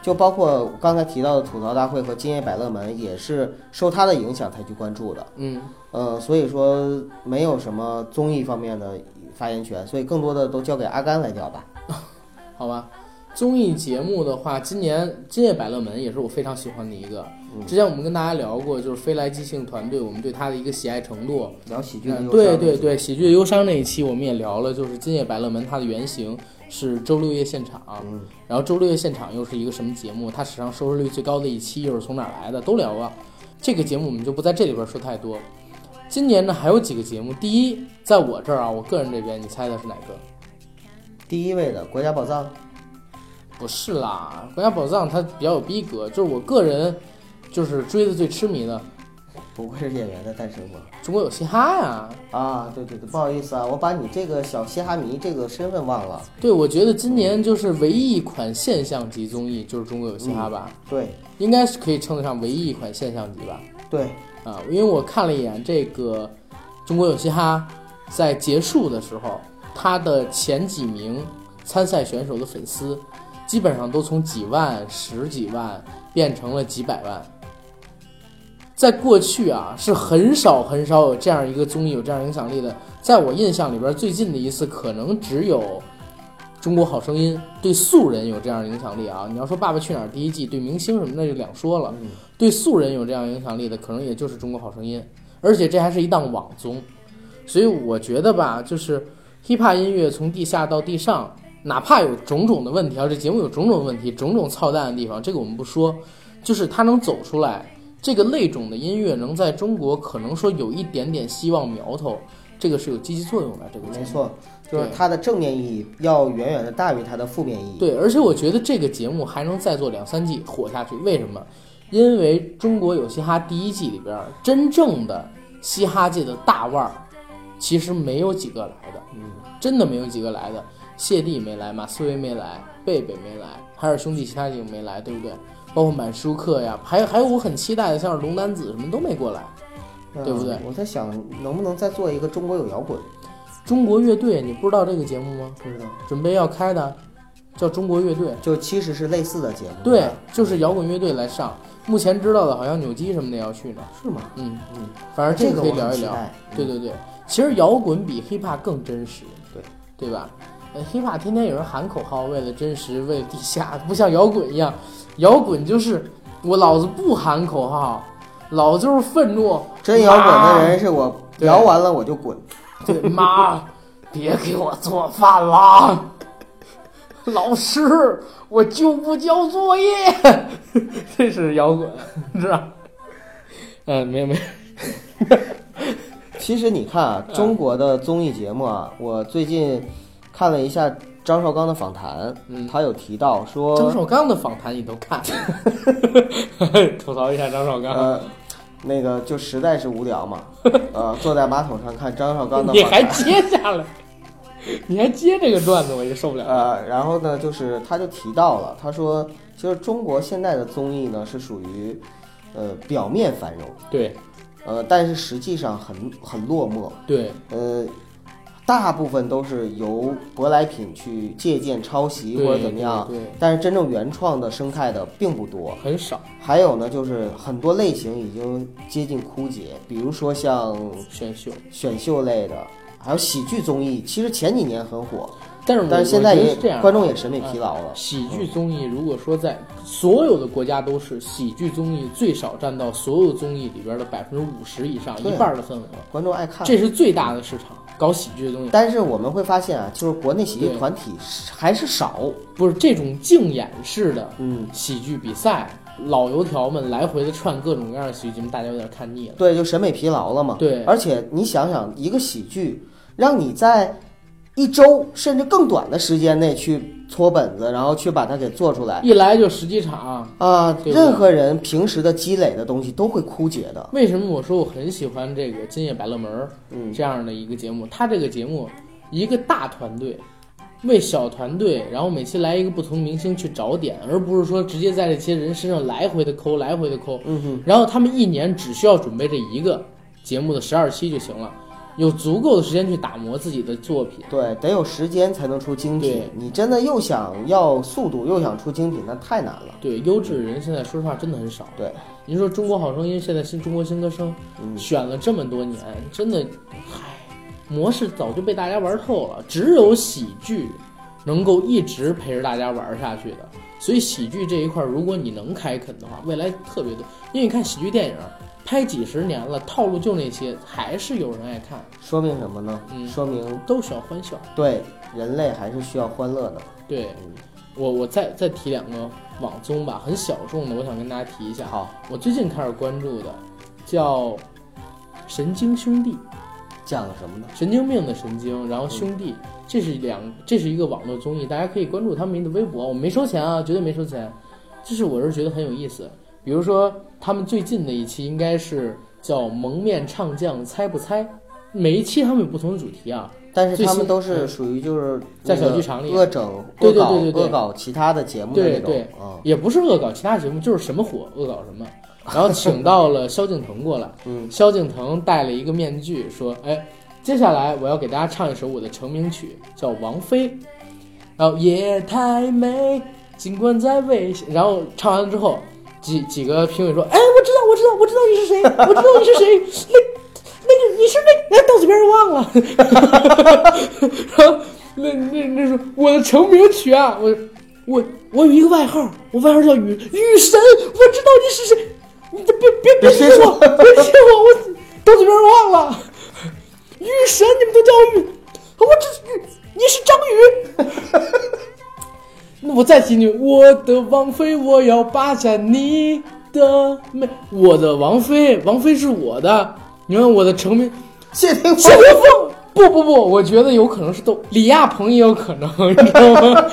B: 就包括刚才提到的吐槽大会和今夜百乐门，也是受她的影响才去关注的。
A: 嗯，
B: 呃，所以说没有什么综艺方面的发言权，所以更多的都交给阿甘来聊吧。
A: 好吧。综艺节目的话，今年今夜百乐门也是我非常喜欢的一个。
B: 嗯
A: 之前我们跟大家聊过，就是飞来即兴团队，我们对他的一个喜爱程度。
B: 聊喜剧的
A: 嗯，
B: 忧
A: 对
B: 伤
A: 对
B: 那种，
A: 对，喜剧的忧伤那一期我们也聊了，就是《今夜百乐门》它的原型是周六夜现场，
B: 嗯
A: 然后周六夜现场又是一个什么节目？它史上收视率最高的一期又是从哪儿来的？都聊了。这个节目我们就不在这里边说太多。今年呢还有几个节目，第一，在我这儿啊，我个人这边，你猜猜是哪个？
B: 第一位的国家宝藏，
A: 不是啦，国家宝藏它比较有逼格，就是我个人就是追的最痴迷的《
B: 不愧是演员的诞生吗？
A: 中国有嘻哈》呀。
B: 啊，对对对，不好意思啊，我把你这个小嘻哈迷这个身份忘了。
A: 对，我觉得今年就是唯一一款现象级综艺，就是《中国有嘻哈》吧。
B: 对
A: 应该是可以称得上唯一一款现象级吧。
B: 对，
A: 啊，因为我看了一眼这个《中国有嘻哈》，在结束的时候，它的前几名参赛选手的粉丝，基本上都从几万、十几万变成了几百万。在过去啊，是很少很少有这样一个综艺有这样影响力的。在我印象里边，最近的一次可能只有《中国好声音》对素人有这样影响力啊。你要说《爸爸去哪儿》第一季对明星什么的就两说了，对素人有这样影响力的，可能也就是《中国好声音》，而且这还是一档网综，所以我觉得吧，就是 hiphop 音乐从地下到地上，哪怕有种种的问题，啊，这节目有种种问题、种种操蛋的地方，这个我们不说，就是它能走出来，这个类种的音乐能在中国可能说有一点点希望苗头，这个是有积极作用的。这个节
B: 没
A: 目
B: 错，就是
A: 对
B: 它的正面意义要远远的大于它的负面意义。，
A: 对，而且我觉得这个节目还能再做两三季火下去，为什么？因为《中国有嘻哈》第一季里边儿，真正的嘻哈界的大腕儿，其实没有几个来的，嗯，真的没有几个来的。谢帝没来，马思唯没来，贝贝没来，海尔兄弟其他几个没来，对不对？包括满舒克呀，还有还有我很期待的，像是龙丹子什么都没过来。对不对
B: 我在想，能不能再做一个中国有摇滚？
A: 中国乐队，你不知道这个节目吗？
B: 不知道，
A: 准备要开的，叫中国乐队。
B: 就其实是类似的节目。
A: 对，就是摇滚乐队来上。目前知道的，好像扭机什么的也要去呢。
B: 是吗？
A: 嗯，
B: 嗯，
A: 反正
B: 这
A: 个
B: 个
A: 可以
B: 我
A: 聊
B: 很
A: 一
B: 期
A: 聊。
B: 待。嗯
A: 对对对，其实摇滚比 hiphop 更真实，
B: 对
A: 对吧？呃，hiphop 天天有人喊口号，为了真实，为了地下，不像摇滚一样，摇滚就是我老子不喊口号，老子就是愤怒。
B: 真摇滚
A: 妈
B: 的人是我
A: 对
B: 摇完了我就滚。
A: 对，妈，别给我做饭啦！老师，我就不交作业。 这是摇滚，知道？嗯，没有没有，
B: 其实你看啊，
A: 嗯
B: 中国的综艺节目啊，我最近看了一下张绍刚的访谈，
A: 嗯
B: 他有提到说，
A: 张绍刚的访谈你都看？ 吐槽一下张绍刚，
B: 呃，那个就实在是无 聊嘛，呃，坐在马桶上看张绍刚的
A: 你
B: 访
A: 还
B: 谈，
A: 接下来，你还接这个段子，我就受不了了。
B: 呃，然后呢，就是他就提到了，他说，其实中国现在的综艺呢是属于，呃，表面繁荣，
A: 对
B: 呃，但是实际上很很落寞，
A: 对，
B: 呃，大部分都是由舶来品去借鉴抄袭
A: 对
B: 或者怎么样
A: 对对，
B: 但是真正原创的生态的并不多。
A: 很少
B: 还有呢，就是很多类型已经接近枯竭，比如说像
A: 选秀，
B: 选秀类的，还有喜剧综艺，其实前几年很火，
A: 但是我
B: 但是现在
A: 我觉得
B: 也
A: 是这样，啊
B: 观众也审美疲劳了。
A: 喜剧综艺如果说在所有的国家都是喜剧综艺，最少占到所有综艺里边的百分之五十以上，
B: 对
A: 一半的份额，
B: 观众爱看。
A: 这是最大的市场。搞喜剧的东西
B: 但是我们会发现啊，就是国内喜剧
A: 对
B: 团体是还是少，
A: 不是这种竞演式的
B: 嗯，
A: 喜剧比赛，老油条们来回的串各种各样的喜剧节目，大家有点看腻了。
B: 对，就审美疲劳了嘛。
A: 对
B: 而且你想想，一个喜剧让你在一周甚至更短的时间内去搓本子，然后去把它给做出来
A: 一来就十几场，
B: 啊，
A: 对
B: 任何人平时的积累的东西都会枯竭的。
A: 为什么我说我很喜欢这个《今夜百乐门》
B: 嗯
A: 这样的一个节目？它这个节目一个大团队为小团队，然后每期来一个不同明星去找点，而不是说直接在这些人身上来回的抠，来回的抠。
B: 嗯哼，
A: 然后他们一年只需要准备这一个节目的十二期就行了，有足够的时间去打磨自己的作品。
B: 对，得有时间才能出精品
A: 对。
B: 你真的又想要速度，又想出精品，那太难了。
A: 对，优质人现在说实话真的很少。
B: 对，
A: 您说《中国好声音》现在新中国新歌声、选了这么多年，真的，唉，模式早就被大家玩透了。只有喜剧能够一直陪着大家玩下去的，所以喜剧这一块儿，如果你能开垦的话，未来特别多。因为你看喜剧电影拍几十年了，套路就那些，还是有人爱看，
B: 说明什么呢？
A: 嗯
B: 说明
A: 都需要欢笑。
B: 对人类还是需要欢乐的。
A: 对
B: 嗯
A: 我，我再再提两个网综吧，很小众的，我想跟大家提一下。
B: 好，
A: 我最近开始关注的叫《神经兄弟》，
B: 讲什么呢？
A: 神经病的神经，然后兄弟，这是两，这是一个网络综艺，大家可以关注他们的微博，我没收钱啊，绝对没收钱，就是我是觉得很有意思。比如说他们最近的一期应该是叫《蒙面唱将猜不猜》，每一期他们有不同的主题啊，
B: 但是他们都
A: 最
B: 是
A: 新嗯
B: 属于就是
A: 在
B: 那个
A: 小剧场里
B: 恶整、
A: 对
B: 恶
A: 对
B: 搞、
A: 对对对
B: 恶搞其他的节目的那
A: 对
B: 种
A: 对
B: 啊，，
A: 也不是恶搞其他节目，就是什么火恶搞什么。然后请到了萧敬腾过来，
B: 嗯，
A: 萧敬腾戴了一个面具，说：“哎，接下来我要给大家唱一首我的成名曲，叫《王菲》。然后夜太美，尽管在微笑。然后唱完了之后，几几个评委说：‘哎，我知道，我知道，我知道你是谁，我知道你是谁。’那那个你是那哎，到嘴边儿忘了。然后那那那是我的成名曲啊，我我我有一个外号，我外号叫雨雨神，我知道你是谁，你这别别别
B: 别
A: 提
B: 说
A: 我，别提我，我到嘴边儿忘了，雨神，你们都叫我雨，我这雨你是张宇。那我再提你，我的王妃，我要霸占你的美，我的王妃，王妃是我的，你看我的成名。
B: 谢霆
A: 谢
B: 锋
A: 霆锋。不不不，我觉得有可能是都李亚鹏也有可能，你知道 吗？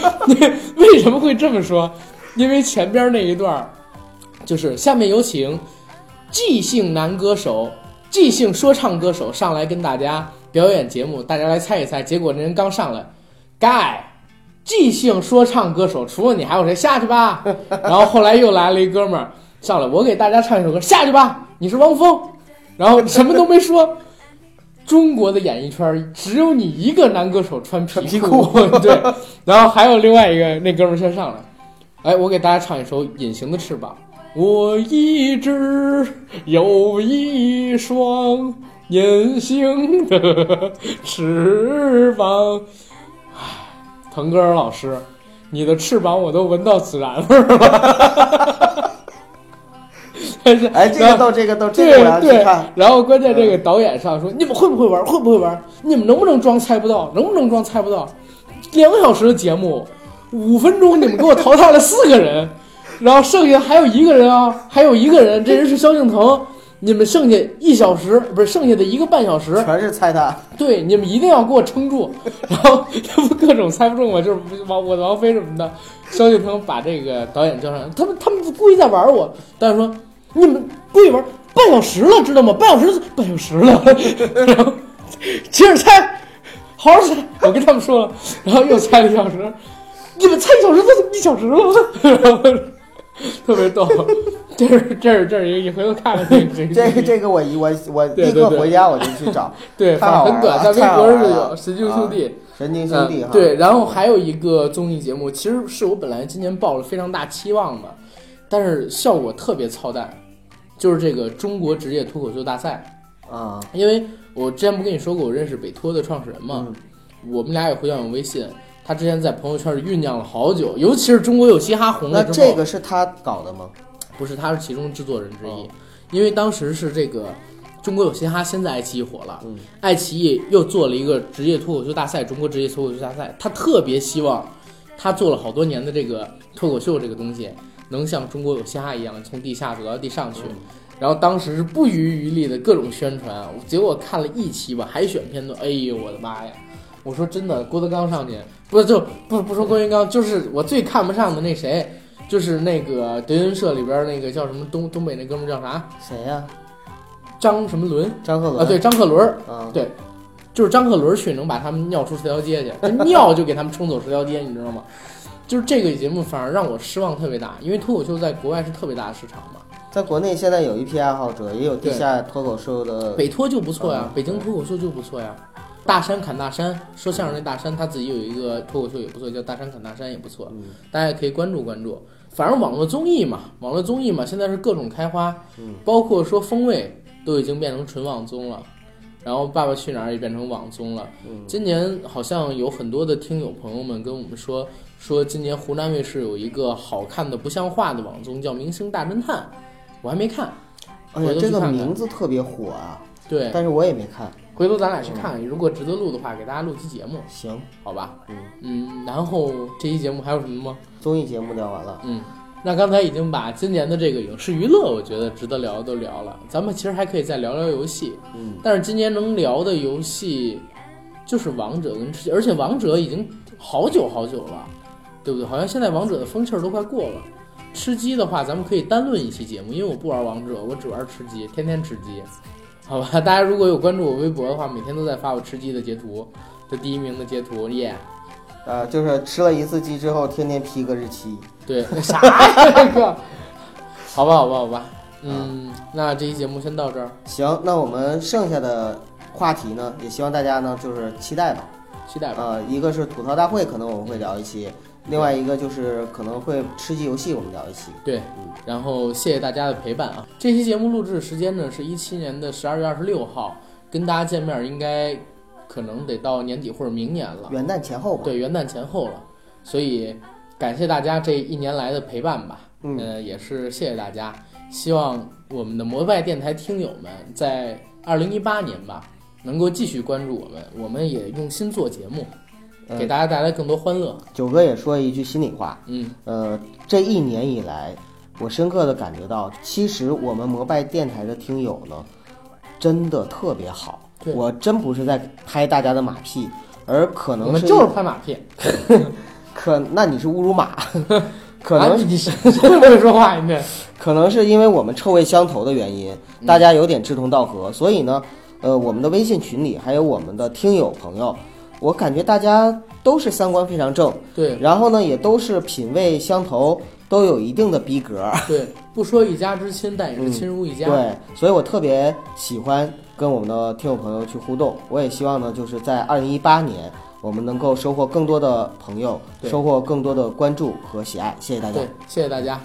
A: 为什么会这么说？因为前边那一段儿，就是下面有请即兴男歌手、即兴说唱歌手上来跟大家表演节目，大家来猜一猜。结果那人刚上来，盖即兴说唱歌手，除了你还有谁？下去吧。 然后后来又来了一哥们儿上来，我给大家唱一首歌，下去吧。你是汪峰，然后什么都没说。 中国的演艺圈只有你一个男歌手穿皮
B: 皮
A: 裤， 对，然后还有另外一个那哥们儿先上来，哎，我给大家唱一首《隐形的翅膀》。我一直有一双隐形的翅膀。唉，腾格尔老师，你的翅膀我都闻到孜然味儿 了。
B: 哎，这
A: 然后
B: 个到这个到这个我要
A: 对
B: 去
A: 对
B: 看，，嗯
A: 然后关键这个导演上说：“你们会不会玩？会不会玩？你们能不能装猜不到？能不能装猜不到？”两个小时的节目，五分钟你们给我淘汰了四个人，然后剩下还有一个人啊，还有一个人，这人是萧敬腾。你们剩下一小时，不是剩下的一个半小时，
B: 全是 猜他。
A: 对，你们一定要给我撑 住。然后他们各种猜不中我，就是王我的王菲什么的。萧敬腾把这个导演叫上，他们他们故意在玩我。导演说：“你们故意玩半小时了，知道吗？半小时，半小时了。” 然后接着猜，好好猜。我跟他们 说了，然后又猜了一小时，你们猜一小时都一小时了。然后特别逗。这是这是这是一个，你回头看看这个视频
B: 这个这个我一我我立刻回家我就去找
A: 对，
B: 太
A: 反
B: 好
A: 正
B: 玩
A: 很短，在
B: 了
A: 微
B: 太好
A: 博
B: 玩
A: 上就有
B: 了啊
A: 《神经兄弟》
B: 神经兄弟
A: 嗯
B: 哈。
A: 对，然后还有一个综艺节目，其实是我本来今年抱了非常大期望的，但是效果特别操蛋，就是这个中国职业脱口秀大赛。
B: 啊，
A: 因为我之前不跟你说过，我认识北托的创始人嘛，
B: 嗯
A: 我们俩也互相有微信。他之前在朋友圈里酝酿了好久，尤其是中国有嘻哈红
B: 那
A: 了之后，
B: 这个是他搞的吗？
A: 不是，他是其中制作人之一，
B: 哦
A: 因为当时是这个中国有嘻哈，现在爱奇艺火了，
B: 嗯
A: 爱奇艺又做了一个职业脱口秀大赛，中国职业脱口秀大赛，他特别希望他做了好多年的这个脱口秀这个东西，能像中国有嘻哈一样从地下走到地上去。
B: 嗯
A: 然后当时是不遗余力的各种宣传，结果看了一期吧，海选片段，哎呦我的妈呀！我说真的，郭德纲上去，不是就不不说郭德纲，就是我最看不上的那谁，就是那个德云社里边那个叫什么东东北那哥们儿叫啥？
B: 谁呀？
A: 张什么伦
B: 张鹤伦
A: 啊？对，张鹤伦儿，
B: 啊，
A: 对，就是张鹤伦去能把他们尿出十条街去， 这尿就给他们冲走十条街，你知道吗？就是这个节目反而让我失望特别大，因为脱口秀在国外是特别大的市场嘛。
B: 在国内现在有一批爱好者，也有地
A: 对
B: 下脱口秀的
A: 北托就不错呀
B: 嗯，
A: 北京脱口秀就不错呀。大山砍大山，说相声那大山他自己有一个脱口秀也不错，叫大山砍大山也不错，大家也可以关注关注。反正网络综艺嘛，网络综艺嘛，现在是各种开花，包括说风味都已经变成纯网综了，然后爸爸去哪儿也变成网综了。今年好像有很多的听友朋友们跟我们说，说今年湖南卫视有一个好看的不像话的网综叫《明星大侦探》，我还没看。
B: 哎
A: 我
B: 呀
A: 都，去
B: 这个
A: 看看
B: 名字特别火啊，
A: 对，
B: 但是我也没看。
A: 回头咱俩去看看，如果值得录的话，给大家录期节目，
B: 行，
A: 好吧？
B: 嗯
A: 嗯，然后这期节目还有什么吗？
B: 综艺节目聊完了，
A: 嗯，那刚才已经把今年的这个影视娱乐，我觉得值得聊的都聊了，咱们其实还可以再聊聊游戏。
B: 嗯，
A: 但是今年能聊的游戏就是王者跟吃鸡，而且王者已经好久好久了，对不对？好像现在王者的风气儿都快过了。吃鸡的话，咱们可以单论一期节目，因为我不玩王者，我只玩吃鸡，天天吃鸡。好吧，大家如果有关注我微博的话，每天都在发我吃鸡的截图，这第一名的截图，耶、
B: 呃，就是吃了一次鸡之后，天天批个日期。
A: 对，啥呀这个？好吧，好吧，好吧，嗯，那这期节目先到这儿，
B: 行，那我们剩下的话题呢，也希望大家呢就是期待吧。
A: 期待吧。
B: 呃，一个是吐槽大会，可能我们会聊一期；另外一个就是可能会吃鸡游戏，我们聊一期。
A: 对
B: 嗯，
A: 然后谢谢大家的陪伴啊！这期节目录制时间呢是一七年的十二月二十六号，跟大家见面应该可能得到年底或者明年了，
B: 元旦前后吧。
A: 对，元旦前后了，所以感谢大家这一年来的陪伴吧，
B: 嗯
A: 呃，也是谢谢大家，希望我们的摩拜电台听友们在二零一八年吧能够继续关注我们，我们也用心做节目，
B: 嗯
A: 给大家带来更多欢乐，
B: 九哥也说一句心里话，
A: 嗯，
B: 呃，这一年以来，我深刻的感觉到，其实我们摩拜电台的听友呢，真的特别好。
A: 对
B: 我真不是在拍大家的马屁，而可
A: 我
B: 能
A: 们
B: 是
A: 就是拍马屁，
B: 可，那你是侮辱马， 可能
A: 啊、你是真会说话， 你这。
B: 可能是因为我们臭味相投的原因，
A: 嗯
B: 大家有点志同道合，所以呢，呃，我们的微信群里还有我们的听友朋友，我感觉大家都是三观非常正，
A: 对
B: 然后呢，也都是品味相投，都有一定的逼格，
A: 对，不说一家之亲，但也是亲如一家。
B: 对，所以我特别喜欢跟我们的听友朋友去互动，我也希望呢，就是在二零一八年。我们能够收获更多的朋友，
A: 对
B: 收获更多的关注和喜爱，谢谢大家
A: 对。，谢谢大家。